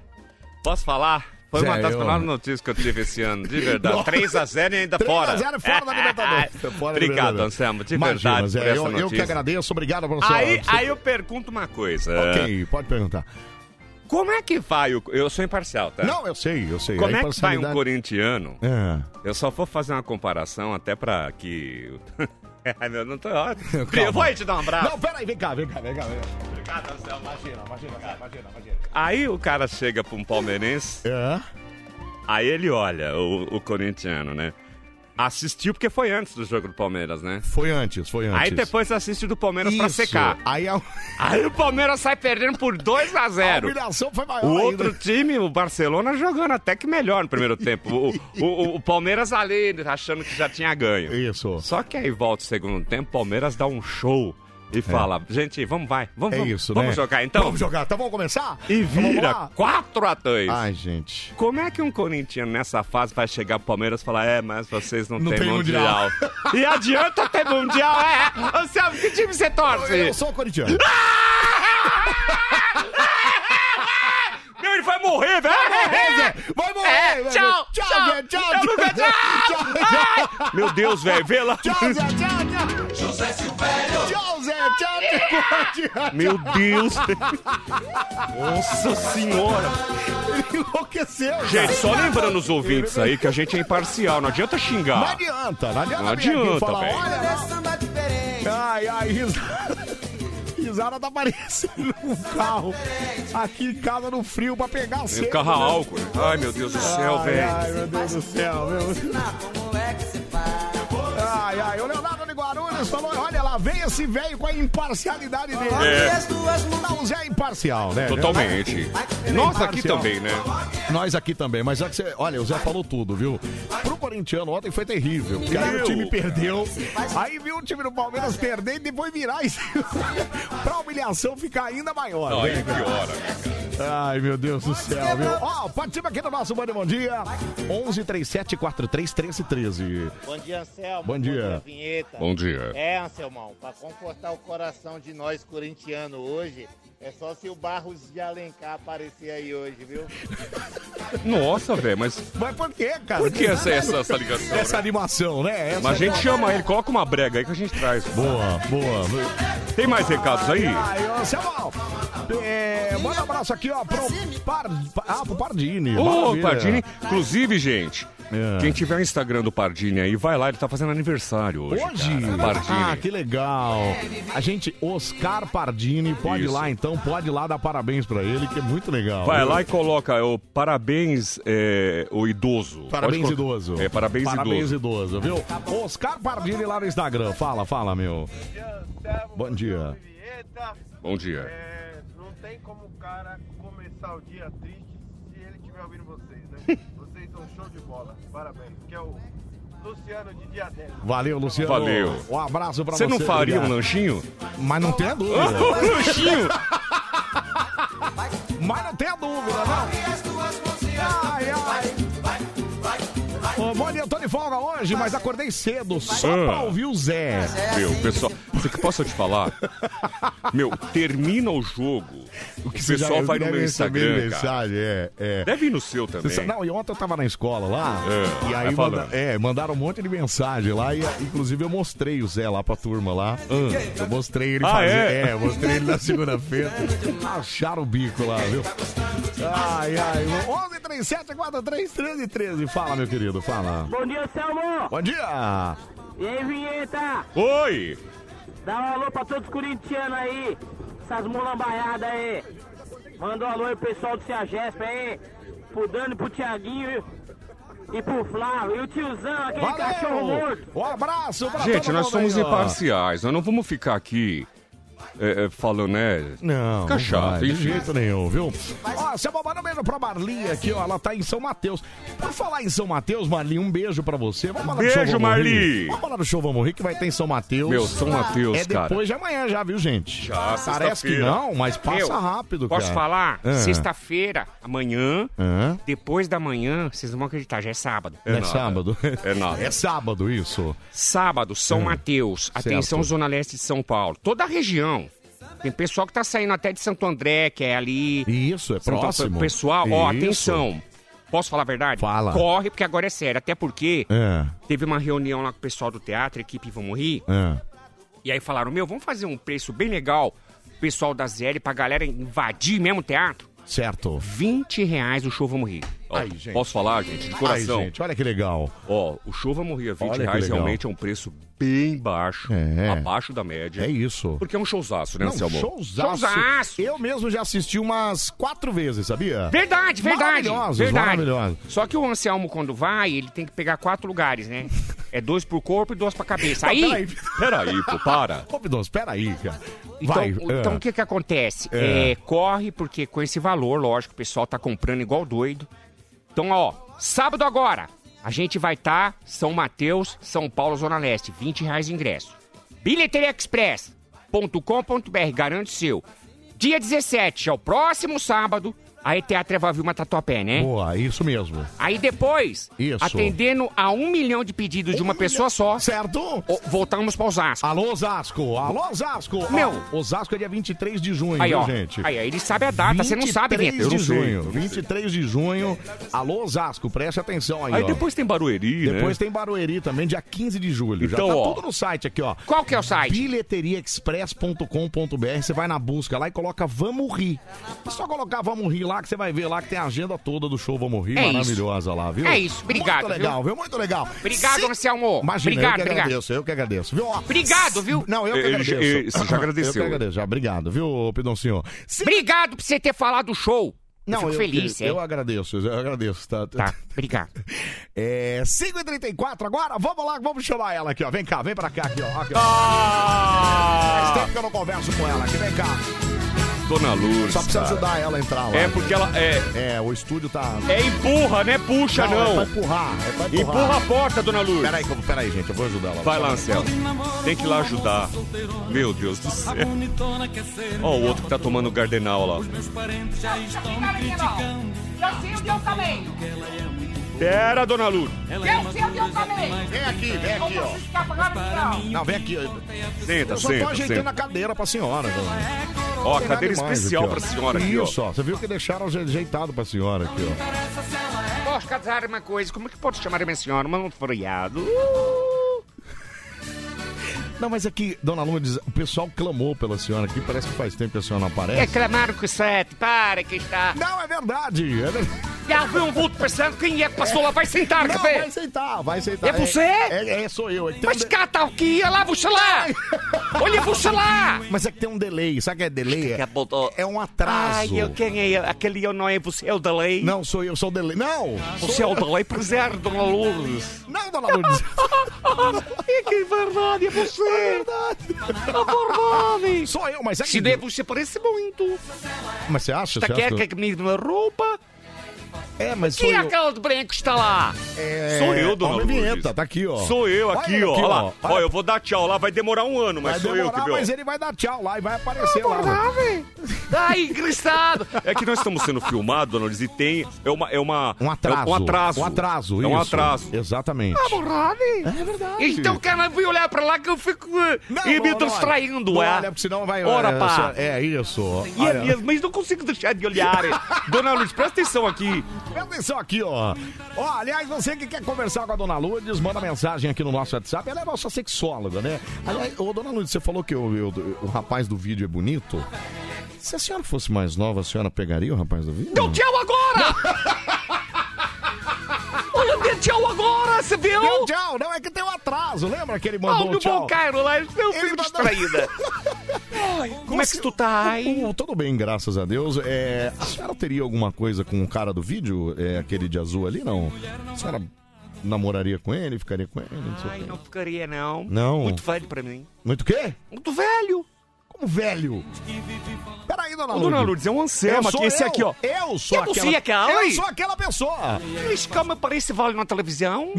S4: posso falar? Foi uma
S2: Zé,
S4: das
S2: eu-
S4: melhores notícias que eu tive esse ano, de verdade. 3x0 e ainda
S2: 3
S4: fora. É,
S2: a 0 fora da Libertadores. Fora da
S4: Obrigado,
S2: Libertadores.
S4: Anselmo, de
S2: Imagina,
S4: verdade.
S2: Zé.
S4: por essa
S2: eu, eu que
S4: notícia.
S2: agradeço. Obrigado por sua...
S4: Aí, É. aí eu pergunto uma coisa.
S2: Ok, pode perguntar.
S4: Como é que vai o. Eu sou imparcial, tá?
S2: Não, eu sei, eu sei.
S4: Como
S2: A
S4: é que vai um
S2: imparcialidade-
S4: corintiano?
S2: É.
S4: Eu só vou fazer uma comparação até pra que. Ai, meu, não tô.
S2: Calma.
S4: Eu vou aí te dar um abraço.
S2: Não, peraí, vem cá, vem cá, vem cá. Vem cá.
S4: Obrigado, Anselmo.
S2: Imagina, imagina, Zé, imagina, imagina.
S4: Aí o cara chega pra um palmeirense,
S2: É.
S4: aí ele olha o, o corintiano, né? Assistiu porque foi antes do jogo do Palmeiras, né?
S2: Foi antes, foi antes.
S4: Aí depois assiste o do Palmeiras pra
S2: Isso.
S4: secar.
S2: Aí a,
S4: Aí o Palmeiras sai perdendo por 2 a
S2: a
S4: 0
S2: humilhação foi maior
S4: O
S2: ainda.
S4: outro time, o Barcelona, jogando até que melhor no primeiro tempo. O, o- o Palmeiras ali, achando que já tinha ganho.
S2: Isso.
S4: Só que aí volta o segundo tempo, o Palmeiras dá um show e fala: gente, vamos, vai, vamos,
S2: É
S4: vamos,
S2: isso,
S4: vamos
S2: né?
S4: jogar então.
S2: Vamos jogar, então vamos começar?
S4: E
S2: Então vamos
S4: vira
S2: lá?
S4: 4 a 2
S2: Ai, gente.
S4: Como é que um corintiano nessa fase vai chegar pro Palmeiras e falar, é, mas vocês não,
S2: Não
S4: têm
S2: tem
S4: mundial. e adianta ter mundial, é. Ô, Selma, que time você torce?
S2: Eu sou corintiano.
S4: Meu, ele vai morrer, velho.
S2: Vai morrer,
S4: É,
S2: velho.
S4: tchau,
S2: Tchau,
S4: tchau.
S2: Zé, tchau,
S4: Eu nunca-
S2: tchau, tchau, tchau.
S4: Meu Deus, velho, vê lá.
S2: Tchau, Zé, tchau, tchau. Tchau, Zé, tchau, tchau, tchau.
S4: Meu Deus. Nossa senhora.
S2: Ele enlouqueceu.
S4: Gente, só lembrando os ouvintes aí que a gente é imparcial, não adianta xingar.
S2: Não adianta, não adianta.
S4: Ah. Não
S2: vir aqui
S4: adianta,
S2: falar,
S4: velho.
S2: Olha, não. ai, ai, risada. Risada tá parecendo um carro aqui em casa no frio pra pegar o
S4: Tem
S2: seco. né?
S4: carro é a álcool. Ai, meu Deus do céu,
S2: ai,
S4: velho.
S2: Ai, meu Deus do céu, meu. Ai, ai, o Leonardo de Guarulhos falou: olha lá, vem esse velho com a imparcialidade
S4: É.
S2: dele. Não, o Zé é imparcial, né?
S4: Totalmente. Nós aqui também, né?
S2: Nós aqui também, mas já que você. Olha, o Zé falou tudo, viu? Pro corintiano ontem foi terrível. Porque aí o
S4: Meu.
S2: time perdeu. Aí viu o time do Palmeiras perder e depois virar isso. pra humilhação ficar ainda maior. né?
S4: Ai, que hora, né?
S2: Ai, meu Deus do céu, viu? Ó, participa aqui do nosso Bande Bom Dia. 11 37 43 13 13.
S9: Bom dia, Anselmo.
S2: Bom dia.
S9: vinheta.
S4: Bom dia.
S9: É, Anselmão, para confortar o coração de nós corintianos hoje, é só se o Barros de Alencar aparecer aí hoje, viu?
S4: Nossa, velho, mas
S2: Mas por quê, cara?
S4: por que essa, essa, essa ligação? né?
S2: Essa animação, né? Essa-
S4: Mas a gente chama ele, coloca uma brega aí que a gente traz.
S2: Boa, boa.
S4: Tem mais recados aí?
S2: Ai, ô, Samuel, é, manda um abraço aqui, ó, pro, Par, ah, pro Pardini.
S4: Ô,
S2: maravilha.
S4: Pardini, inclusive, gente,
S2: É.
S4: quem tiver o Instagram do Pardini aí, vai lá, ele tá fazendo aniversário hoje.
S2: Hoje?
S4: cara,
S2: Ah,
S4: Pardini.
S2: que legal. A gente, Oscar Pardini, pode ir
S4: Isso.
S2: lá então, pode ir lá dar parabéns pra ele, que é muito legal.
S4: Vai lá e coloca é o parabéns é, o idoso.
S2: Parabéns
S4: Pode colocar-
S2: idoso.
S4: É, parabéns,
S2: Parabéns
S4: idoso.
S2: idoso, viu? Oscar Pardini lá no Instagram. Fala, fala, meu. Bom dia.
S4: Bom dia.
S6: É, não tem como o cara começar o dia triste se ele estiver ouvindo vocês, né? vocês são show de bola, parabéns. Que é o Luciano de Diadema.
S2: Valeu, Luciano.
S4: Valeu.
S2: Um abraço pra você.
S4: Você não faria um
S2: obrigado.
S4: lanchinho?
S2: Mas não tem a dúvida.
S4: Um lanchinho?
S2: Mas não tenha dúvida, não. Ai, ai. Ô, bom dia, eu tô de folga hoje, mas acordei cedo só
S4: Ah.
S2: pra ouvir o Zé.
S4: Meu, pessoal, você que posso te falar? Meu, termina o jogo. O
S2: Você
S4: pessoal
S2: já
S4: vai no
S2: deve
S4: meu
S2: receber
S4: Instagram, cara.
S2: mensagem, é, é.
S4: Deve ir no seu
S2: Você
S4: também.
S2: sabe- Não, e ontem eu tava na escola lá,
S4: É,
S2: e aí
S4: vai
S2: manda-
S4: falando.
S2: é, mandaram um monte de mensagem lá, e inclusive eu mostrei o Zé lá pra turma lá. Eu mostrei ele
S4: Ah,
S2: fazer.
S4: é?
S2: eu mostrei ele na segunda-feira. Acharam o bico lá, viu? Ai, ai. 11 37 43 13 13. Fala, meu querido, fala.
S6: Bom dia, Selmo!
S2: Bom dia!
S6: E aí, vinheta?
S4: Oi!
S6: Dá um alô pra todos os corintianos aí, essas mulambaiadas aí. Manda um alô aí pro pessoal do Ciagesp aí, pro Dani, pro Tiaguinho e pro Flávio. E o tiozão, aquele cachorro
S2: Valeu!
S6: morto.
S2: Um abraço pra
S4: Gente,
S2: todo
S4: nós
S2: mundo
S4: somos
S2: aí, ó.
S4: imparciais, nós não vamos ficar aqui
S6: é, é, falando, né?
S2: Não,
S6: Fica
S2: não
S6: chato,
S2: vai,
S6: hein,
S2: de
S6: gente?
S2: jeito nenhum, viu? Ó, seu babá, um beijo pra Marli aqui, ó. Ela tá em São Mateus. Por falar em São Mateus, Marli, um beijo pra você. Vamos falar do
S6: Beijo,
S2: show Vamos
S6: Marli.
S2: Rir? Vamos falar do show Vamos Rir, que vai ter em São Mateus.
S6: Meu, São Mateus,
S2: É
S6: cara.
S2: depois de amanhã já, viu, gente?
S6: Já,
S2: Parece que
S6: sexta-feira.
S2: não, mas passa
S6: Meu,
S2: rápido,
S6: Posso
S2: cara.
S6: falar?
S2: Ah.
S6: Sexta-feira, amanhã,
S2: Hã?
S6: depois da manhã, vocês não vão acreditar, já é sábado.
S2: É, sábado.
S6: É nada.
S2: É sábado isso.
S6: Sábado, São
S2: Hum.
S6: Mateus. Atenção,
S2: Certo.
S6: Zona Leste de São Paulo. Toda a região. Tem pessoal que tá saindo até de Santo André, que é ali.
S2: Isso, é próximo.
S6: tá Pessoal, ó,
S2: Isso.
S6: atenção. Posso falar a verdade? Fala. Corre, porque agora é sério. Até porque
S2: É.
S6: teve uma reunião lá com o pessoal do teatro, equipe Vamos Rir.
S2: É.
S6: E aí falaram, meu, vamos fazer um preço bem legal pro pessoal da ZL pra galera invadir mesmo o teatro?
S2: Certo.
S6: 20 reais o show Vamos Rir. Ó,
S2: Ai, gente.
S6: Posso falar, gente? De coração.
S2: Ai, gente, olha que legal.
S6: Ó, o show Vamos Rir a 20
S2: Olha que
S6: reais
S2: legal.
S6: realmente é um preço bem baixo.
S2: É.
S6: Abaixo da média.
S2: É isso.
S6: Porque é um showzaço, né,
S2: Não,
S6: Anselmo?
S2: showzaço. Eu mesmo já assisti umas quatro vezes, sabia?
S6: Verdade, verdade.
S2: Maravilhosos,
S6: verdade.
S2: maravilhosos.
S6: Só que o Anselmo, quando vai, ele tem que pegar quatro lugares, né? É dois pro corpo e dois pra cabeça.
S2: Não,
S6: tá
S2: peraí.
S6: Aí. Peraí, pô, para.
S2: Ô, Pidonço, peraí, cara.
S6: Então,
S2: Vai,
S6: o-
S2: é.
S6: então o que que acontece?
S2: É.
S6: É, corre, porque com esse valor, lógico, o pessoal tá comprando igual doido. Então, ó, sábado agora, a gente vai estar São Mateus, São Paulo, Zona Leste, 20 reais de ingresso. bilheteriaexpress.com.br, garante o seu. Dia 17, é o próximo sábado, aí Teatro Evavilma Tatuapé, né?
S2: Boa, isso mesmo.
S6: Aí depois,
S2: Isso. Um
S6: atendendo a um milhão de pedidos de uma pessoa só.
S2: Certo?
S6: Voltamos para Osasco.
S2: Alô, Osasco! Alô, Osasco!
S6: Meu.
S2: Ó, Osasco é dia 23 de junho,
S6: Aí,
S2: viu,
S6: ó.
S2: gente?
S6: Aí, ó, ele sabe a data, você não sabe,
S2: 23
S6: Vitor. Eu
S2: de
S6: não sei,
S2: junho.
S6: eu não sei.
S2: 23 de junho. Alô, Osasco, preste atenção aí,
S6: Aí
S2: ó.
S6: depois tem Barueri, né?
S2: Depois tem Barueri também, dia 15 de julho.
S6: Então,
S2: Já tá
S6: ó.
S2: tudo no site aqui, ó.
S6: Qual que é o site?
S2: Bilheteriaexpress.com.br. Você vai na busca lá e coloca Vamos Rir. É só colocar Vamos Rir lá que você vai ver lá que tem a agenda toda do show Vamos Rir.
S6: É isso.
S2: maravilhosa lá, viu?
S6: É isso, obrigado,
S2: Muito legal,
S6: viu?
S2: viu? Muito legal.
S6: Obrigado, Anselmo.
S2: Imagina,
S6: obrigado,
S2: eu que
S6: obrigado.
S2: agradeço, eu que agradeço, viu? Ó,
S6: Obrigado, viu?
S2: Não, eu que
S6: Ele-
S2: agradeço.
S6: ele- você já agradeceu.
S2: Eu que agradeço, já. Obrigado, viu, Pidoncinho?
S6: Obrigado por você ter falado do show.
S2: Não,
S6: eu fico
S2: eu,
S6: feliz,
S2: eu,
S6: hein?
S2: eu agradeço, eu agradeço. Tá, tá
S6: obrigado.
S2: É, 5h34 agora, vamos lá, vamos chamar ela aqui, ó. Vem cá, vem pra cá aqui, ó. Aqui, ó.
S6: Ah!
S2: Faz tempo que eu não converso com ela aqui, vem cá.
S6: Dona Lourdes.
S2: Só precisa
S6: cara.
S2: ajudar ela a entrar lá.
S6: É porque ela é.
S2: É, o estúdio tá.
S6: É empurra, né? Puxa, não.
S2: É pra empurrar, é pra empurrar.
S6: Empurra a porta, Dona Lourdes.
S2: Peraí, que eu- peraí, gente, eu vou ajudar ela.
S6: Vai lá, Anselmo. Tem que ir lá ajudar. Meu Deus do céu. Ó, o outro que tá tomando gardenal lá.
S3: Eu sei o meu tamanho.
S6: Pera, Dona Lourdes.
S2: é
S3: Eu sei o meu tamanho.
S2: Vem aqui, vem aqui, ó. Não, vem aqui. eu-
S6: Senta,
S2: eu só tô
S6: senta,
S2: ajeitando
S6: senta.
S2: a cadeira pra senhora. Dona.
S6: Ó,
S2: Não tem
S6: cadeira
S2: nada demais
S6: especial pra senhora aqui, ó.
S2: Isso, ó. Você viu que deixaram ajeitado pra senhora aqui, ó.
S6: Posso casar uma coisa? Como é que pode chamar a minha senhora? Manfreado. Uh!
S2: Não, mas é que, dona Lourdes, o pessoal clamou pela senhora aqui, parece que faz tempo que a senhora não aparece.
S6: Reclamaram com o sete, para que está.
S2: Não, é verdade. É verdade.
S6: Já vi um vulto pensando quem é que passou lá, vai sentar,
S2: Não,
S6: quer ver?
S2: vai sentar, vai sentar.
S6: É você?
S2: É, é, sou eu. É que tem
S6: Mas
S2: um de-
S6: cata o que ia lá, puxa lá! Olha, puxa lá!
S2: Mas é que tem um delay, sabe o que é delay? É, é um atraso.
S6: Ai, eu, quem é? Aquele eu não é você, é o da lei?
S2: Não, sou eu, sou o delay. Não!
S6: Você é o da lei, preserva, dona Lourdes.
S2: Não, dona Lourdes.
S6: É que é verdade, é você! É verdade!
S2: Sou eu, mas é
S6: Se
S2: que...
S6: não é você, parece muito.
S2: Mas você acha?
S6: Está
S2: você acha
S6: quer que a mesma roupa?
S2: É, mas sou
S6: Que é
S2: eu.
S6: aquela de branco que está lá?
S2: É...
S4: Sou eu, dona
S2: Olha a
S4: Lourdes.
S2: vinheta, tá aqui, ó.
S4: Sou eu
S2: Olha
S4: aqui,
S2: ele
S4: ó. Olha lá.
S2: Olha,
S4: Ó, eu vou dar tchau lá, vai demorar um ano, mas
S2: Vai
S4: sou
S2: demorar,
S4: eu que viu.
S2: mas é- ele vai dar tchau lá e vai aparecer lá.
S6: Ai, engraçado!
S4: É que nós estamos sendo filmados, dona Lourdes, e tem. É uma. É uma
S2: Um atraso.
S4: É um atraso.
S2: Um atraso,
S4: É um
S2: isso.
S4: atraso.
S2: Exatamente.
S6: Morrade? É verdade. Então, cara, vou olhar pra lá que eu fico eh, e me
S2: não,
S6: distraindo,
S2: não,
S6: é?
S2: Olha, porque senão vai...
S6: Ora, pá.
S2: você- É isso.
S6: E é
S2: Olha.
S6: mesmo, mas não consigo deixar de olhar. eh. Dona Luz, presta atenção aqui.
S2: Presta atenção aqui, ó. Ó, aliás, você que quer conversar com a Dona Lourdes, manda mensagem aqui no nosso WhatsApp. Ela é nossa sexóloga, né? Aliás, ô, Dona Lourdes, você falou que o, o- o rapaz do vídeo é bonito. Se a senhora fosse mais nova, a senhora pegaria o rapaz do vídeo?
S6: Deu tchau agora! Olha, deu tchau agora, você viu?
S2: Deu tchau, não, é que tem um atraso. Lembra que ele
S6: Ah,
S2: mandou
S6: no
S2: um tchau?
S6: bom Cairo lá, eu fico
S2: Ele mandou-
S6: distraída. Ai, como é que tu tá, hein?
S2: Ô, tudo bem, graças a Deus. É, a senhora teria alguma coisa com o cara do vídeo, é, aquele de azul ali, não? A senhora namoraria com ele, ficaria com ele, não sei o
S6: Ai,
S2: quê.
S6: não ficaria, não.
S2: Não.
S6: Muito velho pra mim.
S2: Muito o quê?
S6: Muito velho.
S2: um velho. Peraí, dona
S6: Ô,
S2: Lourdes.
S6: dona Lourdes, é um Anselmo
S2: Eu sou
S6: aqui, esse
S2: eu.
S6: aqui, ó.
S2: Eu sou
S6: Eu não
S2: aquela...
S6: sei aquela,
S2: Eu
S6: aí.
S2: sou aquela pessoa.
S6: Esse cara me parece velho na televisão.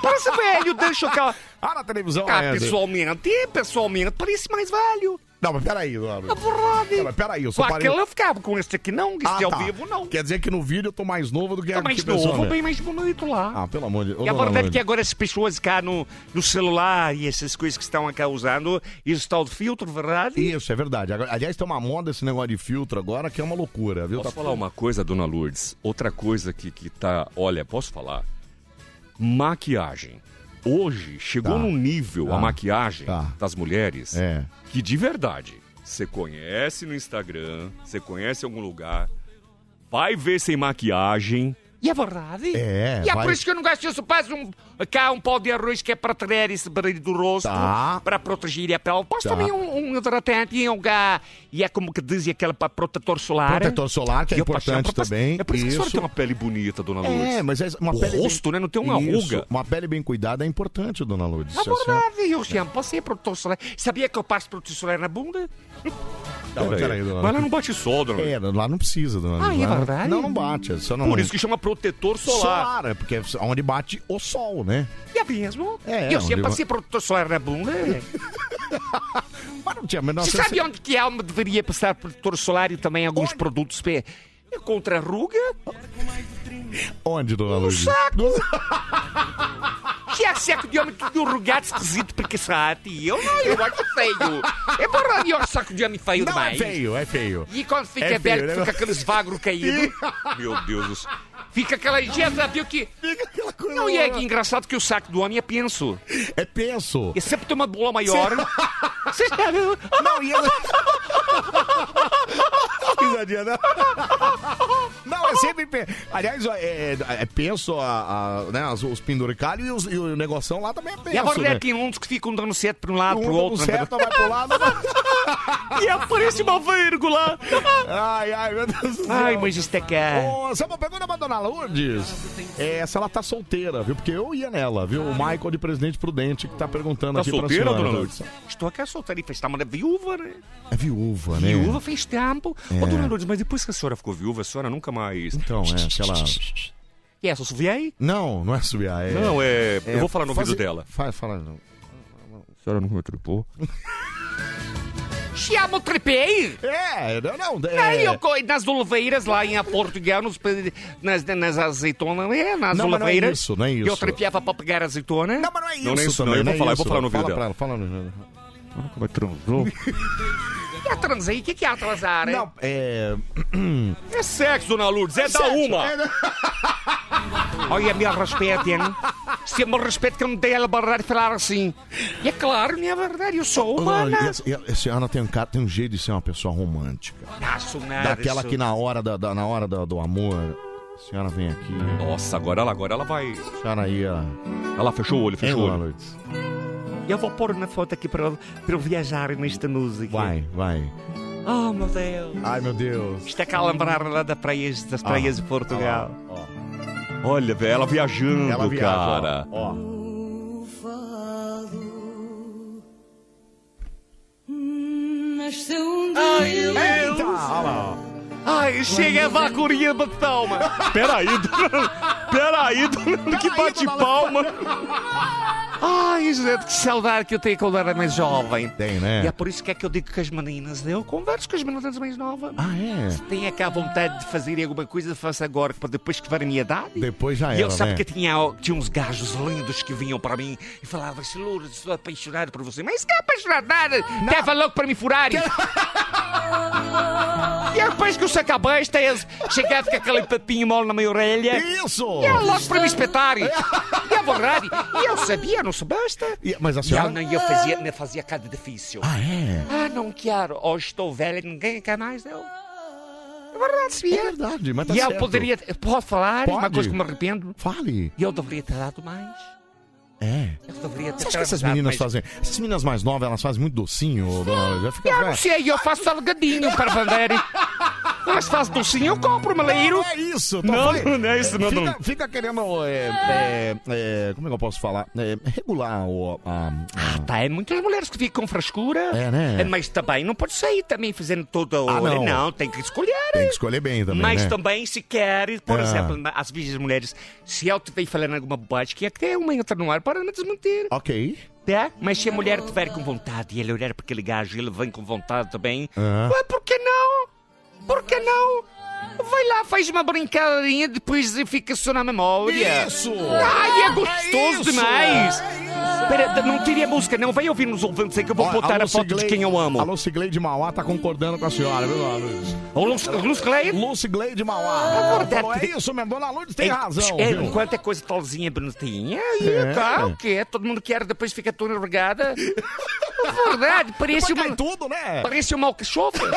S6: parece velho, deixa eu cá.
S2: Ah, na televisão
S6: Cá,
S2: é, né?
S6: pessoalmente, pessoalmente, parece mais velho.
S2: Não, mas peraí, dona
S6: É
S2: Lourdes.
S6: verdade.
S2: Não, mas peraí, eu
S6: Com
S2: sou parente-
S6: aquela eu ficava, com esse aqui não, que esse
S2: Ah,
S6: ao
S2: tá.
S6: vivo não.
S2: Quer dizer que no vídeo eu tô mais novo do que
S4: É
S6: Tá
S2: a
S6: mais
S4: tipo
S2: que pessoa,
S6: novo,
S2: né?
S6: bem mais bonito lá.
S2: Ah, pelo amor de Deus.
S6: E a verdade é que agora as pessoas cá no, no celular e essas coisas que estão cá usando, isso tal de filtro, verdade?
S2: Isso, é verdade. Agora, aliás, tem uma moda esse negócio de filtro agora que é uma loucura, viu?
S4: Posso
S2: Tá-
S4: falar uma coisa, dona Lourdes? Outra coisa que, que tá. Olha, posso falar? Maquiagem. Hoje chegou
S2: Tá.
S4: num nível
S2: Tá.
S4: a maquiagem
S2: Tá.
S4: das mulheres
S2: É.
S4: que de verdade você conhece no Instagram, você conhece em algum lugar, vai ver sem maquiagem.
S6: E é verdade.
S2: É,
S6: E é
S2: vai-
S6: por isso que eu não gosto disso. Passa um, cá um pau de arroz que é para tirar esse brilho do rosto,
S2: Tá.
S6: para proteger a pele. Posso
S2: Tá.
S6: também um, um hidratante e um gá. E é como que diz aquele para protetor solar.
S2: Protetor solar, que é
S6: eu passo-
S2: importante
S6: eu passo-
S2: também.
S6: É por isso, que a senhora
S2: Isso.
S6: tem uma pele bonita, dona Lourdes.
S2: É, mas é uma
S6: o
S2: pele. bem-
S6: rosto, né? Não tem uma
S2: Isso,
S6: ruga.
S2: Uma pele bem cuidada é importante, dona Lourdes.
S6: É
S2: Se a senhora-
S6: verdade, eu sempre passei protetor solar. Sabia que eu passo protetor solar na bunda?
S2: Ah, Não, peraí, dona
S4: Mas ela
S2: Lourdes.
S4: não bate sol, dona Lourdes.
S2: É, lá não precisa, dona
S6: Ah,
S2: Lourdes.
S6: é
S2: Lá não-
S6: verdade?
S2: Não, não bate. Só não...
S6: Hum.
S4: Por isso que chama protetor solar.
S2: solar. é porque é onde bate o sol, né?
S6: E é mesmo?
S2: É,
S6: eu
S2: onde
S6: sempre
S2: vai-
S6: passei protetor solar na bunda.
S2: Mas não tinha a menor
S6: Você
S2: sensa-
S6: sabe onde que a alma deveria passar protetor solar e também alguns produtos pé? É Contra a ruga?
S2: Onde, dona
S6: No
S2: Lourdes?
S6: saco! Que é saco de homem tudo rugado, esquisito, preguiçado. E eu não, eu acho feio. É verdade, eu acho saco de homem feio
S2: Não, é
S6: demais.
S2: feio, é feio.
S6: E quando fica
S2: É feio,
S6: aberto,
S2: né?
S6: fica aqueles vagros caídos.
S4: Meu Deus do céu.
S6: Fica aquela gente, viu que...
S2: Fica aquela coisa.
S6: Não, e é engraçado que o saco do homem é penso.
S2: É penso.
S6: E sempre tem uma bola maior. Vocês sabem?
S2: Não, e ela... Risadinha, né? Não, é sempre. pe- Aliás, ó, é, é, é penso a, a, né, as- os penduricalhos e, os- e o negocinho lá também é penso.
S6: E a verdade é
S2: né?
S6: que uns que ficam dando certo para um lado,
S2: Um é
S6: para o
S2: dá um
S6: outro. né?
S2: certo, vai pro lado. né?
S6: E aparece uma vírgula.
S2: Ai, ai, meu Deus do céu.
S6: Ai, mas isto é que é...
S2: Ô, Só uma pergunta pra dona Lourdes. É, se ela tá solteira, viu? Porque eu ia nela, viu? O Michael de Presidente Prudente que tá perguntando
S4: Tá
S2: aqui
S4: solteira,
S2: pra senhora.
S4: dona Lourdes?
S6: Estou aqui solteira e fez tá, mas é viúva, né?
S2: É viúva, né?
S6: Viúva fez tempo.
S4: Ô, dona Lourdes, mas depois que a senhora ficou viúva, a senhora nunca mais.
S2: Então, é aquela.
S6: E essa, suviei?
S2: Não, não é subir. É...
S4: Não, é.
S2: é,
S4: Eu vou falar no
S2: faz-
S4: ouvido dela.
S2: Faz, fala. não.
S4: A senhora nunca me tripou?
S6: Chamo tripei!
S2: É, não, não. É...
S6: Aí eu coi nas oliveiras lá em Portugal, nos, pe- nas, nas azeitonas, né? Nas
S2: Não, mas não é
S6: oliveiras.
S2: isso, não é
S6: Eu
S2: isso.
S6: tripeava pra pegar azeitona.
S2: Não, mas não é isso.
S4: Não, não é isso, não.
S2: também,
S4: Eu vou
S2: é
S4: falar, eu
S2: isso.
S4: vou falar no vídeo
S2: Fala pra
S4: dela.
S2: ela, fala no
S4: Nunca me transou?
S6: E a transei? O que, que é a transar? hein?
S2: Não, é.
S4: É sexo, dona Lourdes, é da
S2: sexo,
S4: uma!
S2: é
S6: Olha, me respeitem. Se me respeitem, que eu não dei a barrar de falar assim. E é claro, não é verdade, eu
S2: Ô,
S6: sou
S2: dona
S6: humana.
S2: Lourdes, e a- e a senhora tem um, cara, tem um jeito de ser uma pessoa romântica.
S6: Não, sou nada,
S2: Daquela
S6: sou-
S2: que na hora, da, da- na hora da- do amor, a senhora vem aqui.
S4: Nossa, agora ela, agora ela vai.
S2: A senhora aí, ó.
S4: Ela lá, fechou o olho,
S2: Hein,
S4: fechou o
S2: dona
S4: olho.
S2: Lourdes?
S6: Eu vou pôr uma foto aqui para para eu viajar nesta música.
S2: Vai, vai.
S6: Oh, meu Deus.
S2: Ai, meu Deus.
S6: Isto é calambrar lá das praias, das praias
S2: Ah.
S6: de
S4: Ah,
S6: Portugal.
S4: Olha, velho, ela viajando,
S2: Ela viaja,
S4: cara.
S2: ó.
S10: Nasceu um
S2: Eita, olha lá, ó.
S6: Ai, chega a vacurinha de palma.
S4: Peraí, dona. Peraí, dona. Que bate palma.
S6: Ai, gente, que saudade que eu tenho quando era mais jovem.
S2: Tem,
S6: E é
S2: né?
S6: por isso que é que eu digo que as meninas, eu converso com as meninas mais novas.
S2: Ah, é?
S6: Tem aqui a vontade de fazer alguma coisa, faça agora, para depois que for a minha idade.
S2: Depois já
S6: E
S2: era,
S6: eu sabe
S2: né?
S6: que tinha, tinha uns gajos lindos que vinham para mim e falavam assim, Lourdes, estou apaixonado por você. Mas que apaixonado nada? Tava logo para me furar. e é depois que eu saca a besta, eles chegavam com aquele papinho mole na minha orelha.
S2: Isso!
S6: E era logo para me espetar. e é verdade. E eu sabia, não sou besta.
S2: E- mas a
S6: E eu,
S2: senhora...
S6: não, e eu fazia, me fazia cada difícil.
S2: Ah, é?
S6: Ah, não quero. Hoje estou velha, ninguém quer mais eu. É verdade,
S2: É
S6: Sofia.
S2: verdade, mas tá
S6: E eu
S2: certo.
S6: poderia. Pode falar? Uma
S2: Pode.
S6: coisa que me arrependo.
S2: Fale.
S6: E eu deveria ter dado mais.
S2: É.
S6: Eu deveria ter
S2: Você acha que essas
S6: transado
S2: meninas
S6: mais.
S2: fazem... Essas meninas mais novas, elas fazem muito docinho, dona Lourdes? Vai ficar-
S6: Eu não sei, eu faço salgadinho para vender. um Mas faz docinho, eu compro, maleiro.
S2: É isso, tô
S6: Não,
S2: falando-
S6: não é isso, não,
S2: Fica,
S6: não.
S2: fica querendo. é, é, é, como é que eu posso falar? É, regular o. a- a-
S6: Tá, é muitas mulheres que ficam com frescura.
S2: É, né? Ah,
S6: Mas também não pode sair também fazendo toda hora.
S2: não.
S6: tem que escolher.
S2: Tem que escolher bem também.
S6: Mas
S2: né?
S6: também se queres, por
S2: Ah.
S6: exemplo, na- às vezes as mulheres, se ela estiver falando alguma bobagem, que até uma entra no ar para não desmentir.
S2: Ok.
S6: Tá? Mas se a mulher estiver com vontade e ele olhar para aquele gajo e ele vem com vontade também,
S2: Ah.
S6: ué, por que não? Por que não? Vai lá, faz uma brincadeirinha, depois fica só na memória.
S2: Isso!
S6: Ai, é gostoso
S2: isso!
S6: demais! Pera, não tira a música, não. Vai ouvir nos ouvintes aí que eu vou
S2: Ó,
S6: botar a
S2: alô,
S6: foto de
S2: Sigley-
S6: quem eu amo.
S2: Alô, Sigley de Mauá tá concordando com a senhora, viu, dona Lourdes?
S6: Ô, Luz, Luz Clay?
S2: Lucigley de Mauá.
S6: É verdade.
S2: Falou, É isso mesmo, dona Lourdes tem
S6: É,
S2: razão.
S6: É,
S2: viu?
S6: enquanto é coisa talzinha, bonitinha,
S2: É.
S6: aí tá, o que é? Todo mundo quer, depois fica toda enrugada. É Verdade, parece
S2: Mas cai
S6: uma...
S2: tudo, né?
S6: Parece um mau cachofra.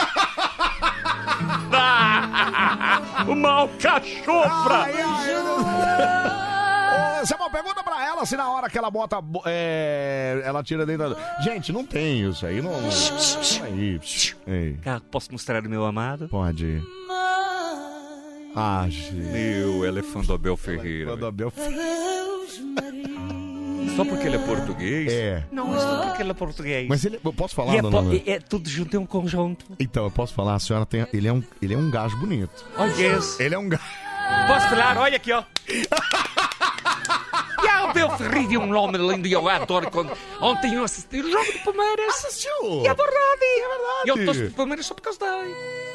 S6: Ah, o mau cachofra.
S2: Ai, ai, eu não- Ô, Samuel, pergunta pra ela se na hora que ela bota. bo- é, ela tira dentro da. Gente, não tem isso aí. Não. Aí, ei,
S6: Ah, posso mostrar o meu amado?
S2: pode. Ah, gente.
S4: Meu elefante Abel Ferreira.
S2: Quando a Bel-
S4: Só porque ele é português?
S2: É.
S6: Não, é só porque ele é português.
S2: Mas ele. Eu posso falar,
S6: E é,
S2: dona
S6: po-
S2: Lourdes?
S6: e é tudo junto, é um conjunto.
S2: Então, eu posso falar, a senhora tem. Ele é um, ele é um gajo bonito.
S6: Olha isso.
S2: Ele é um gajo.
S6: Posso falar? Olha aqui, ó. E ah, o Abel Ferreira é um nome lindo e eu adoro quando... Ontem eu assisti o jogo do Palmeiras.
S2: Assistiu?
S6: E é verdade.
S2: É
S6: Eu
S2: verdade.
S6: torço pro Palmeiras só por causa dele.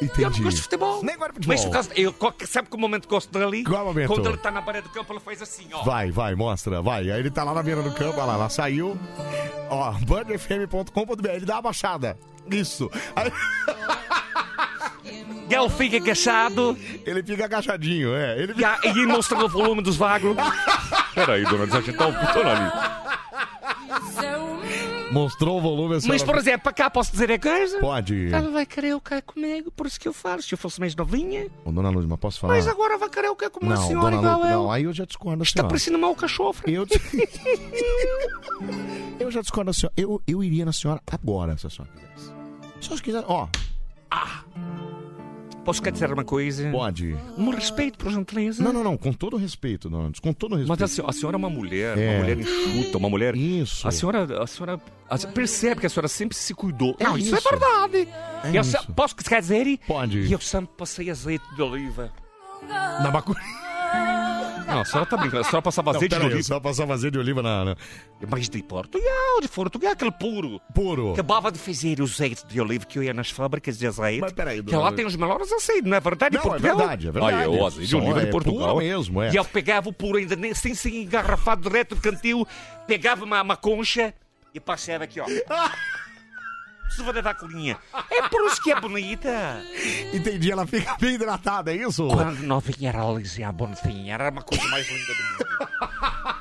S6: Eu não
S2: Entendi.
S6: gosto de futebol.
S2: Nem gosto de futebol.
S6: Mas por causa, eu, co- sabe que o momento que eu gosto dele?
S2: Qual momento?
S6: Quando ele tá na beira do campo, ele faz assim, ó.
S2: Vai, vai, mostra, vai. Aí ele tá lá na beira do campo, olha lá, ela saiu. Ó, bandfm.com.br, dá uma baixada. Isso. Aí
S6: E ele fica agachado
S2: ele fica agachadinho, é. Ele
S6: e,
S2: fica...
S6: a- e aí mostra o volume dos vagos.
S4: Peraí, dona Lourdes, a gente tá voltando ali.
S2: Mostrou o volume assim.
S6: Mas, por exemplo, para cá posso dizer a coisa?
S2: Pode.
S6: Ela vai querer o que é comigo, por isso que eu falo. Se eu fosse mais novinha,
S2: Ô, dona Luz, mas posso falar?
S6: mas agora vai querer o que é como uma
S2: Ah. não,
S6: senhora
S2: dona
S6: igual
S2: Luz,
S6: eu.
S2: não, aí eu já discordo da
S6: Tá
S2: senhora.
S6: parecendo mal cachofra.
S2: Eu... eu já discordo da senhora. Eu, eu iria na senhora agora, se a senhora quisesse. Se a senhora quiser, ó,
S6: Posso quer dizer uma coisa?
S2: pode.
S6: Um respeito, por gentileza.
S2: Não, não, não, com todo respeito, dona Luz, com todo respeito.
S4: Mas a senhora, a senhora é uma mulher,
S2: É.
S4: uma mulher enxuta, uma mulher.
S2: Isso.
S4: A senhora, a senhora a senhora percebe que a senhora sempre se cuidou.
S2: É
S6: não, isso,
S2: isso.
S6: é verdade.
S2: É
S6: eu
S2: isso.
S6: se- posso quer dizer?
S2: Pode.
S6: E eu sempre passei azeite de oliva.
S2: Na bacu...
S4: Não, a senhora tá brincando. A senhora passava
S2: Não,
S4: azeite de
S2: peraí,
S4: oliva.
S2: só passava azeite de oliva na... na-
S6: Mas de Portugal, de Portugal, aquele puro.
S2: Puro.
S6: Acabava de fazer o azeite de oliva que eu ia nas fábricas de azeite.
S2: Mas peraí,
S6: que lá
S2: dona-
S6: tem os melhores azeites, não é verdade? Em
S2: Não, é
S6: Portugal?
S2: verdade, é verdade.
S4: Ah, é, o azeite de
S2: Só
S4: oliva de
S2: é
S4: Portugal.
S2: puro mesmo, é.
S6: E eu pegava o puro ainda, nem- sem ser engarrafado, direto do cantil, pegava uma, uma concha e passava aqui, ó. Suva da vaculinha. É por isso que é bonita.
S2: Entendi, ela fica bem hidratada, é isso?
S6: Quando novinha era lisinha, bonitinha, era uma coisa mais linda do mundo.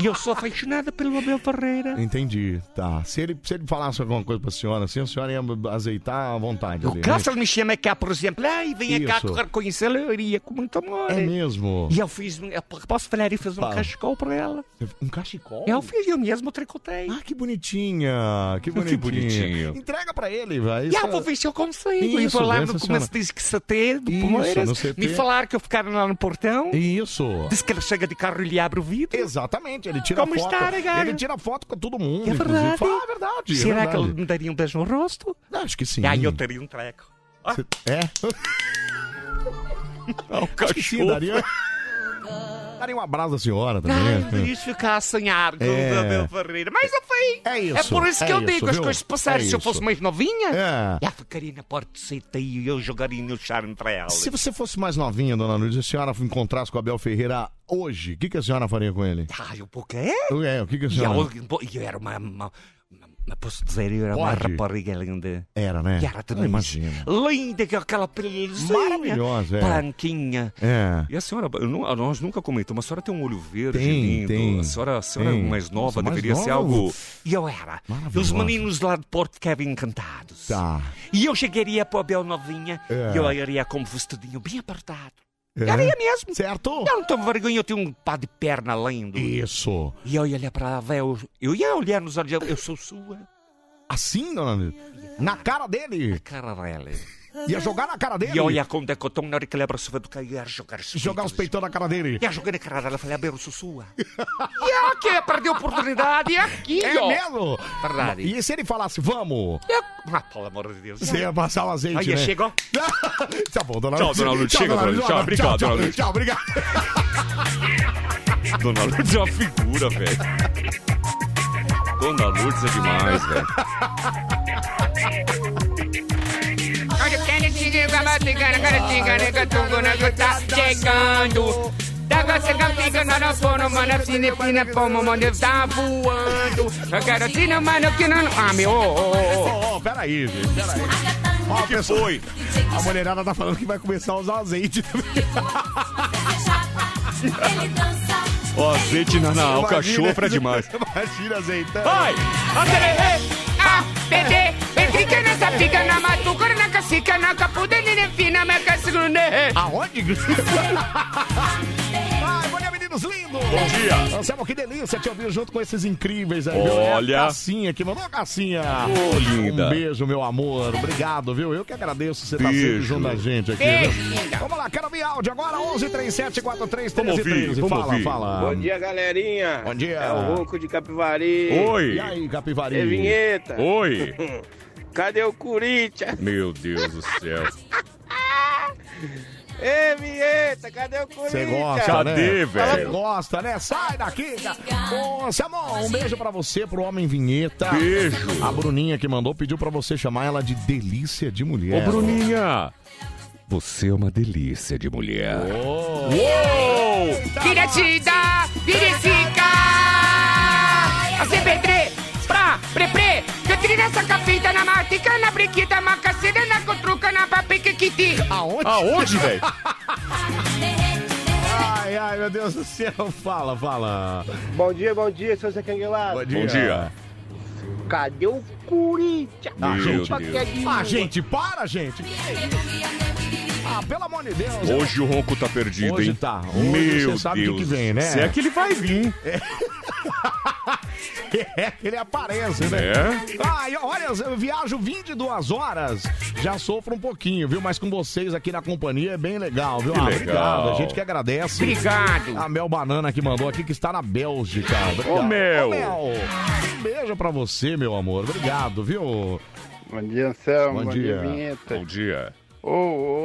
S6: E eu sou apaixonada pelo Abel Ferreira.
S2: Entendi, tá. Se ele, se ele falasse alguma coisa pra senhora, assim, a senhora ia azeitar à vontade.
S6: O
S2: ali, né?
S6: Cássio me chama cá, por exemplo, ai, venha cá
S2: Isso.
S6: reconhecê-la, eu iria com muito amor.
S2: É mesmo.
S6: E eu fiz, um- eu posso falar, eu fiz um
S2: Fala.
S6: cachecol para ela.
S2: Um cachecol?
S6: Eu fiz, eu mesmo tricotei.
S2: Ah, que bonitinha, que bonitinha.
S4: bonitinho.
S2: Entrega pra ele, vai.
S6: E eu vou ver se eu consigo. e
S2: é Isso,
S6: vou lá
S2: vê
S6: no
S2: essa
S6: começo
S2: senhora.
S6: diz que CT do
S2: Isso, no
S6: Palmeiras.
S2: CT.
S6: Me falaram que eu ficaram lá no portão.
S2: é Isso.
S6: Diz que ele chega de carro e lhe abre o vidro.
S2: Exatamente, ele tira
S6: Como
S2: foto.
S6: está, né, cara?
S2: ele tira foto com todo mundo,
S6: É
S2: inclusive.
S6: verdade.
S2: Fala, ah, é verdade. é
S6: Será que
S2: verdade.
S6: ele me daria um beijo no rosto?
S2: Acho que sim.
S6: E aí eu teria um treco.
S2: Cê- É?
S4: Ah, o
S2: Acho que sim,
S4: cachorro.
S2: daria. Daria um abraço à senhora também.
S6: Ai,
S2: né?
S6: eu queria ficar sem arco
S2: É.
S6: do Abel Ferreira. Mas enfim,
S2: É isso,
S6: é por isso que
S2: é
S6: eu
S2: isso,
S6: digo as
S2: viu?
S6: coisas passaram.
S2: É
S6: Se eu fosse
S2: isso.
S6: mais novinha,
S2: É.
S6: já ficaria na porta do CT e eu jogaria no charme para ela.
S2: Se você fosse mais novinha, dona Nunes, e a senhora encontrasse com o Abel Ferreira hoje, o que, que a senhora faria com ele?
S6: Ah, eu porquê?
S2: É, o que, que a
S6: E
S2: senhora.
S6: eu, e eu era uma, uma, uma- Posso dizer, eu era uma
S2: Pode.
S6: rapariga linda.
S2: Era, né?
S6: Que era tudo
S2: Eu
S6: isso.
S2: imagino.
S6: Linda, com aquela pelezinha.
S2: Maravilhosa, é.
S6: Branquinha.
S2: É.
S4: E a senhora, eu não- nós nunca comentamos, a senhora tem um olho verde
S2: Tem,
S4: lindo.
S2: tem,
S4: a senhora, a senhora
S2: tem.
S4: mais nova
S2: Nossa, mais
S4: deveria ser
S2: nova.
S4: algo.
S6: E eu era.
S2: Maravilhosa.
S6: Os meninos lá de Porto ficavam encantados.
S2: Tá.
S6: E eu chegaria para a Bel Novinha
S2: É.
S6: e eu iria com um vestidinho bem apertado.
S2: É.
S6: Eu Iria mesmo.
S2: Certo?
S6: Eu não tenho vergonha, eu tinha um pá de perna lindo.
S2: Isso.
S6: E eu ia olhar para ela, eu, eu ia olhar nos olhos, eu, eu sou sua.
S2: Assim, dona Nunes? Na cara dele?
S6: Cara dela.
S2: Ia jogar na cara dele.
S11: E olha
S6: um
S11: com decotão na hora que ele abraçou vai do cara, ia jogar os
S2: Jogar os peitão na cara dele.
S11: Ia jogar na cara dela, falei, abriu susua. E aqui, perdeu a oportunidade, e aqui,
S2: É
S11: ó.
S2: mesmo?
S11: Verdade.
S2: E se ele falasse, vamos?
S11: Ah, pelo amor de Deus.
S2: Você ia passar o azeite,
S11: Aí,
S2: né?
S11: chegou.
S2: tá bom, dona
S11: Tchau,
S2: Lourdes.
S11: dona Lourdes. Chega, dona Lourdes. Tchau, obrigado,
S2: tchau,
S11: dona Lourdes.
S2: Tchau, obrigado.
S4: Dona Lourdes é uma figura, velho. Dona Lourdes é demais, velho.
S6: tá Chegando, Tá da gasolina fica na nossa mano, assim, né, fina, fina, pomo, mano, tá voando. Eu quero tina, mano, que não. Ah, meu, ô, ô, ô.
S2: Ó, peraí, gente. Peraí. Ó, que foi? A mulherada tá falando que vai começar a usar azeite também.
S4: Ó, azeite na, na
S2: Imagina,
S4: alcachofra é demais.
S2: Imagina azeitando.
S6: Vai! Atererê! Ah, PD! Fica nessa pica na matuca, na cacica, na capuda, nem fina, mas cacica,
S2: Aonde? Ai, bom dia, meninos lindos! Bom
S4: dia.
S2: Anselmo, que delícia te ouvir junto com esses incríveis aí.
S4: Olha.
S2: viu? É a Cassinha que mandou a Cassinha.
S4: Ô, linda.
S2: Um beijo, meu amor. Obrigado, viu? Eu que agradeço você estar sempre
S4: Beijo.
S2: junto da gente aqui. Viu? Vamos lá, quero ver áudio agora. 11 37 43 13
S4: Vamos ouvir,
S2: 13.
S4: vamos
S2: Fala,
S4: ouvir.
S2: fala.
S12: Bom dia, galerinha.
S2: Bom dia.
S12: É o Ronco de Capivari.
S4: Oi.
S2: E aí, tá? Capivari?
S12: É vinheta.
S4: Oi.
S12: Cadê o Corinthians?
S4: Meu Deus do céu.
S12: Ê, vinheta, cadê o Corinthians?
S2: Você gosta,
S4: Cadê,
S2: né?
S4: velho?
S2: Você gosta, né? Sai daqui, cara. Ô, Anselmo, um beijo pra você, pro Homem Vinheta.
S4: Beijo.
S2: A Bruninha que mandou pediu pra você chamar ela de Delícia de
S4: Ô,
S2: Mulher.
S4: Bruninha. Você é uma delícia de mulher.
S6: Vira tida, vira fica. A CB3, pra, pre, pre. Que eu tirei nessa capita, na matica, na briquita, macacida, na cotruca, na papica, que ti.
S2: Aonde?
S4: Aonde, velho?
S2: Ai, ai, meu Deus do céu. Fala, fala.
S12: Bom dia, bom dia, seu Zé Canguelado.
S4: Bom dia.
S12: Cadê o Corinthians?
S2: Ah,
S4: Meu
S2: gente.
S12: é
S4: Deus.
S2: Ah, gente, para, gente. Que é isso? Ah, pelo amor de Deus.
S4: Hoje o Ronco tá perdido,
S2: Hoje
S4: hein?
S2: tá. Hoje
S4: Meu
S2: você sabe o que
S4: Deus.
S2: que vem, né?
S4: Se é que ele vai vir.
S2: É, ele aparece, né?
S4: É?
S2: Ai, olha, eu viajo 22 horas, já sofro um pouquinho, viu? Mas com vocês aqui na companhia é bem legal, viu?
S4: Que legal.
S2: Obrigado, a gente que agradece.
S6: Obrigado.
S2: A Mel Banana que mandou aqui, que está na Bélgica. Obrigado.
S4: Ô, Mel.
S2: Ô, Um beijo pra você, meu amor. Obrigado, viu?
S9: Bom dia, Anselmo.
S2: Bom
S9: Bom, dia.
S2: dia.
S9: Vinheta.
S4: Bom dia.
S9: Ou,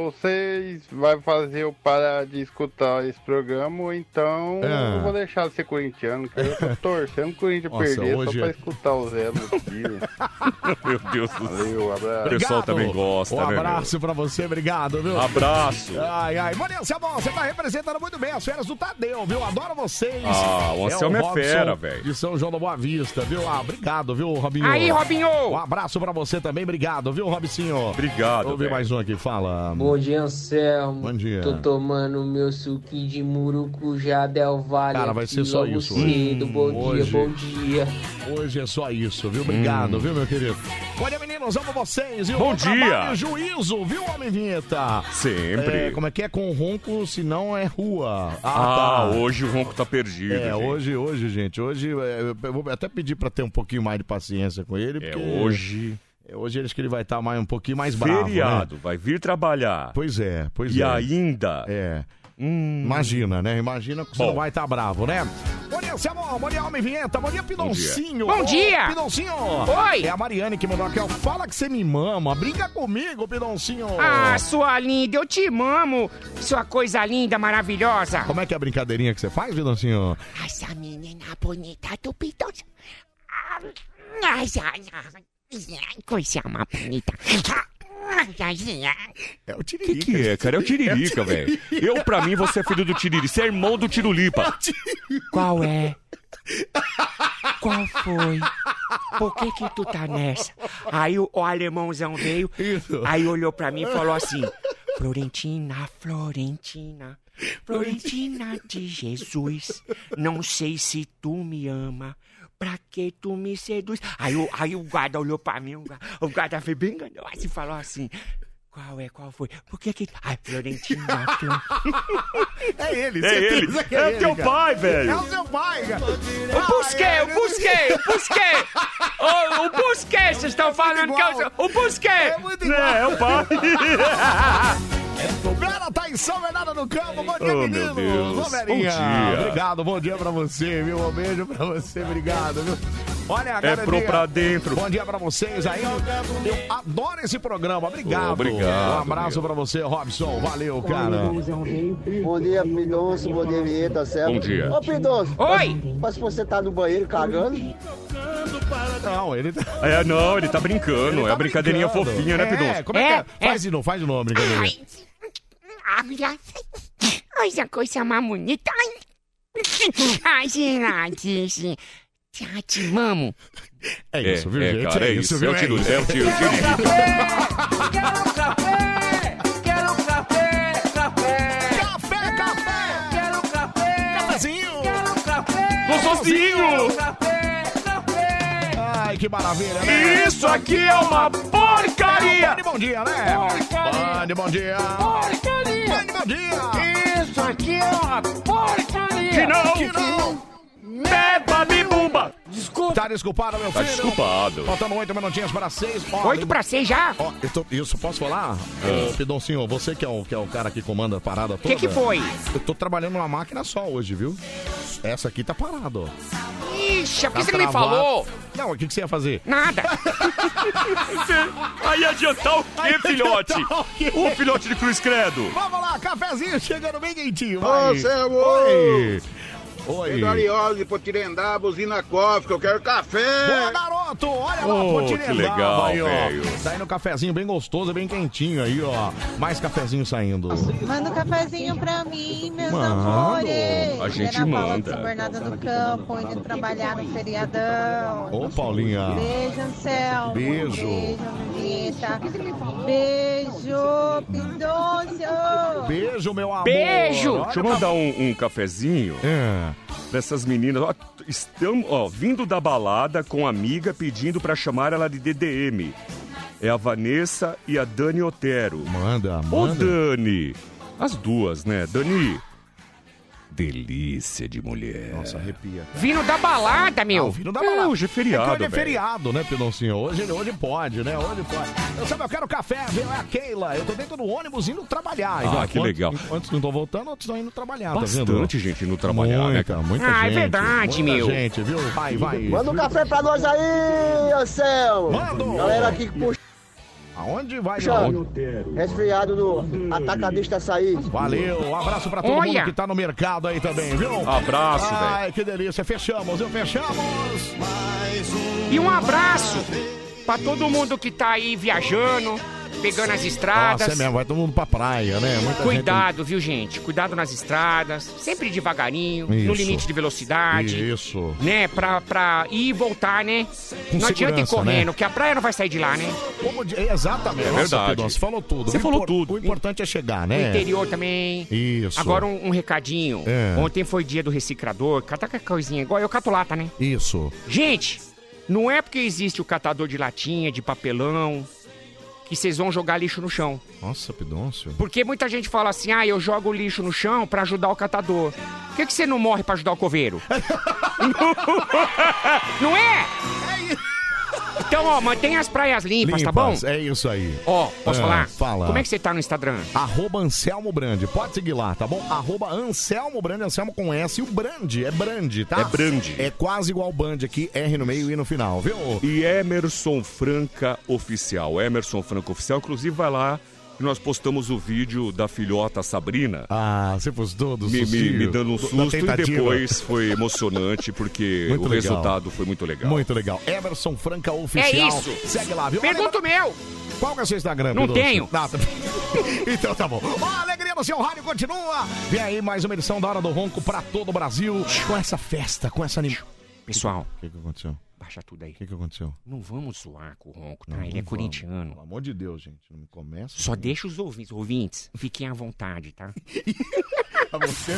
S9: ou vocês vão fazer eu parar de escutar esse programa, ou então
S2: Ah.
S9: eu vou deixar de ser corintiano, que eu tô torcendo o Corinthians
S2: Nossa,
S9: perder
S2: hoje- é-
S9: só pra escutar o Zé no dia.
S4: Meu Deus do céu.
S9: Valeu, abraço.
S4: O pessoal
S2: Obrigado.
S4: também gosta,
S2: Um
S4: né? meu?
S2: abraço Ah, pra você, obrigado, viu?
S4: Abraço.
S2: Ai, ai. Maria Anselmo, você tá representando muito bem as férias do Tadeu, viu? Adoro vocês.
S4: Ah, o Anselmo é
S2: Robson
S4: fera, velho.
S2: De São João da Boa Vista, viu? Ah, obrigado, viu, Robinho?
S6: Aí,
S2: Um
S6: Robinho.
S2: abraço pra você também, obrigado, viu, Robicinho?
S4: Obrigado,
S2: Vamos ver
S4: velho.
S2: mais um aqui, fala.
S13: Bom dia, Anselmo.
S2: Bom dia.
S13: Tô tomando meu suquinho de murucujá Del Valle.
S2: Cara, vai
S13: aqui
S2: ser só
S13: logo
S2: isso hoje. Hum,
S13: Cedo. Bom
S2: Hoje.
S13: dia, bom dia.
S2: Hoje é só isso, viu? Obrigado, viu, meu querido? Bom dia, meninos, amo vocês. E o
S4: Hum. Bom
S2: bom
S4: dia.
S2: trabalho e Juízo, viu, Homem Vinheta?
S4: Sempre.
S2: É, como é que é com ronco, se não é rua? tá.
S4: Ah, hoje o Ronco tá perdido.
S2: É,
S4: gente.
S2: hoje, hoje, gente, hoje é, eu vou até pedir pra ter um pouquinho mais de paciência com ele,
S4: É
S2: porque
S4: hoje.
S2: é, hoje acho que ele vai estar mais um pouquinho mais bravo, né?
S4: Feriado, vai vir trabalhar.
S2: Pois é, pois
S4: E
S2: é.
S4: ainda.
S2: É.
S4: Hum,
S2: Imagina, né? Imagina que você
S4: Bom.
S2: não vai estar bravo, né? Bom dia, Samuel. Bom dia, Homem Vinheta. Bom dia, Pidoncinho.
S6: Bom dia.
S2: Ô, Pidoncinho.
S6: Oi.
S2: É a Mariane que mandou aqui, ó. Fala que você me mama. Brinca comigo, Pidoncinho.
S6: Ah, sua linda, eu te mamo, sua coisa linda, maravilhosa.
S2: Como é que é a brincadeirinha que você faz, Pidoncinho?
S6: Essa menina bonita do Pitão. Ai, ai, ai, ai, coisa mais bonita. Ai, ai, ai.
S2: É o
S4: que
S2: Tiririca.
S4: que é, cara? É o Tiririca, velho. Eu, pra mim, você é filho do Tiriri. Você é irmão do Tirulipa.
S6: Qual é? Qual foi? Por que que tu tá nessa? Aí o, o alemãozão veio, aí olhou pra mim e falou assim: Florentina, Florentina, Florentina de Jesus, não sei se tu me ama. Pra que tu me seduz? Aí, o- aí o guarda olhou pra mim, o guarda, o guarda veio bem grandão assim e falou assim: Qual é? Qual foi? Por que que... Ai, Florentino bateu.
S2: É ele,
S14: É
S2: certeza
S14: ele.
S2: que
S14: É o teu
S2: cara.
S14: pai, velho.
S2: É o seu pai, cara.
S6: O Busquets, o Busquets, o Busquets. Ô, o Busquets, vocês estão falando que é o... O Busquets. É
S4: Né,
S2: muito
S14: igual. É, é
S4: um
S14: o pai.
S2: Vera tá em São Bernardo do Campo. Bom dia,
S14: Oh, meu
S2: meninos.
S14: Deus.
S2: Ô, Verinha,
S14: Bom dia.
S2: Obrigado, bom dia pra você, viu? Um beijo pra você, obrigado, viu? Olha,
S4: É
S2: cada
S4: pro
S2: dia-
S4: pra dentro.
S2: Bom dia pra vocês aí. Eu adoro esse programa. Obrigado.
S4: Obrigado,
S2: Um abraço pra você, Robson. Valeu, cara.
S9: Bom dia, Pidonço. Bom dia, Vinheta, certo?
S2: Bom dia.
S9: Ô, Pidonço.
S6: Oi.
S9: Mas você tá no banheiro cagando?
S2: Não, ele tá...
S4: É, não, ele tá brincando. é a brincadeirinha
S2: brincando.
S4: fofinha, né,
S2: É,
S4: Pidonço?
S2: como é que é? Faz de novo, faz de novo, brincadeira.
S15: Olha, olha coisa mais bonita. Ai, ai gente, gente. Já te mamo.
S2: É
S4: isso,
S2: viu,
S4: é,
S2: gente?
S4: Cara,
S2: É
S4: é,
S2: isso,
S4: isso,
S2: viu?
S4: É o tiro,
S2: É isso.
S4: é o tiro. tiro.
S14: um Quero um café, café.
S2: Café, café.
S14: Quero café.
S2: Cafezinho.
S14: Quero café. um
S2: Gostosinho.
S14: Café, café.
S2: Ai, que maravilha, né?
S14: Isso aqui é uma porcaria.
S2: É um Band bom dia, né? Porcaria. Band bom dia.
S14: Porcaria.
S2: Band bom
S14: dia. Isso aqui é uma porcaria.
S2: Que não.
S14: Que não.
S2: Beba me bumba. Desculpa. Tá desculpado, meu
S4: Tá
S2: filho?
S4: desculpado.
S2: Faltando oito minutinhos para seis. Ó,
S4: Oito pra
S2: seis já? isso, posso
S4: Ah.
S2: falar? Ô, Pidoncinho, você que é, o, que é o cara que comanda a parada toda.
S6: Que que foi?
S2: Eu tô trabalhando numa máquina só hoje, viu? Essa aqui tá parada, ó.
S6: Ixi, por
S2: Tá
S6: que você não me
S2: travado.
S6: falou?
S2: Não, o que, que você ia fazer?
S6: Nada.
S4: Aí adiantar o quê, filhote? O filhote de Cruz Credo.
S2: Vamos lá, cafezinho chegando bem quentinho.
S16: Ô,
S2: vai.
S4: é
S16: Selmo!
S2: Oi! Oi!
S16: Pedro Ariose, Potirendá, buzina cófica, eu quero café!
S2: Boa, garoto! Olha lá,
S16: É. Ô,
S2: Potirendaba
S16: que legal,
S2: aí, ó.
S16: velho.
S2: Tá indo um cafezinho bem gostoso, bem quentinho aí, ó. Mais cafezinho saindo.
S17: Manda um cafezinho pra mim, meus
S2: Mando.
S17: amores.
S2: A gente
S17: Ana Paula
S2: manda.
S17: de São Bernardo do Campo, indo trabalhar no feriadão.
S2: Ô, Paulinha.
S17: Beijo, Anselmo.
S2: Beijo.
S17: Beijo, Anvita. Beijo, Pidoncio.
S2: Beijo, meu amor.
S4: Deixa eu mandar um, um cafezinho
S2: É,
S4: dessas meninas. Ó, estão, ó, vindo da balada com a amiga pedindo pra chamar ela de DDM. É a Vanessa e a Dani Otero.
S2: Manda,
S4: Ô,
S2: manda.
S4: Dani. As duas, né? Dani. Delícia de mulher. Nossa,
S16: É
S2: arrepia. Tá
S6: Vindo da balada, meu.
S2: vindo da balada.
S4: hoje é feriado,
S2: que hoje é
S4: velho.
S2: feriado, né, Pedoncinho? Hoje, hoje pode, né? Hoje pode. Eu sabe, eu quero café, vem lá, Keila. Eu tô dentro do ônibus indo trabalhar.
S4: Ah,
S2: Já,
S4: que
S2: quantos-
S4: legal.
S2: Quantos não estão voltando, outros estão indo trabalhar, tá vendo?
S4: Bastante gente no trabalhar, né, cara?
S2: Muita
S6: Ah, é
S2: gente, muita
S6: verdade, meu.
S2: gente, viu? Vai, vai.
S9: Manda um café pra nós aí, Anselmo.
S2: Mando.
S9: Galera aqui que puxa.
S2: Aonde vai,
S9: Puxando. Resfriado do Atacadista Açaí.
S2: Valeu, um abraço pra todo mundo que tá no mercado aí também, viu?
S4: Um Abraço,
S2: Ai, que delícia. Fechamos, viu? Fechamos.
S6: E um abraço pra todo mundo que tá aí viajando, pegando as estradas.
S2: Nossa, é mesmo, vai todo mundo pra praia, né? Muita
S6: Cuidado, viu, gente? Cuidado nas estradas, sempre devagarinho, no
S2: Isso.
S6: limite de velocidade.
S2: Isso.
S6: Né, pra, pra ir e voltar, né?
S2: Com
S6: não adianta ir
S2: segurança,
S6: correndo,
S2: né?
S6: que a praia não vai sair de lá, né?
S2: Como di- Exatamente.
S6: É
S2: Nossa,
S6: verdade.
S2: Pedro, você falou tudo.
S6: Você
S2: O
S6: falou
S2: impor- O importante é chegar,
S6: O
S2: né?
S6: interior também.
S2: Isso.
S6: Agora um, um recadinho.
S2: É.
S6: Ontem foi dia do reciclador. Catar que coisinha igual eu cato lata, né?
S2: Isso.
S6: Gente, não é porque existe o catador de latinha, de papelão, que vocês vão jogar lixo no chão.
S2: Nossa, Pidoncio.
S6: Porque muita gente fala assim, ah, eu jogo o lixo no chão pra ajudar o catador. Por que, que você não morre pra ajudar o coveiro? não é? Então, ó, mantenha as praias limpas, tá bom?
S2: Limpas, É isso aí.
S6: Ó, posso
S2: Ah,
S6: falar?
S2: Fala.
S6: Como é que você tá no Instagram?
S2: Arroba Anselmo Brande. Pode seguir lá, tá bom? Arroba Anselmo Brande, Anselmo com S. E o Brande é Brande, tá?
S4: É Brande.
S2: É quase igual Band aqui, R no meio e no final, viu?
S4: E Emerson Franca Oficial. Emerson Franca Oficial, inclusive vai lá que nós postamos o vídeo da filhota Sabrina.
S2: Ah, você postou do
S4: me, me,
S2: sustinho?
S4: me dando um
S2: Da
S4: susto e
S2: tentativa.
S4: depois foi emocionante porque
S2: Muito
S4: o
S2: legal.
S4: resultado foi muito legal.
S2: Muito legal. Emerson Franca Oficial.
S4: É isso.
S2: Segue lá, viu?
S6: Pergunta o meu.
S2: Qual que é o seu Instagram?
S4: Não
S2: Pedroso?
S4: tenho.
S2: Ah, tá- então tá bom. Ó, a alegria do seu rádio continua. Vem aí mais uma edição da Hora do Ronco pra todo o Brasil. Com essa festa, com essa anima...
S6: Pessoal.
S2: O que, que aconteceu?
S6: Baixa tudo aí. O
S2: que, que aconteceu?
S6: Não vamos zoar com o Ronco, tá?
S2: Não, não
S6: Ele é
S2: vamos.
S6: corintiano.
S2: Pelo amor de Deus, gente. Não me começa.
S6: Só deixa os ouvintes, ouvintes, fiquem à vontade, tá?
S2: Pra você.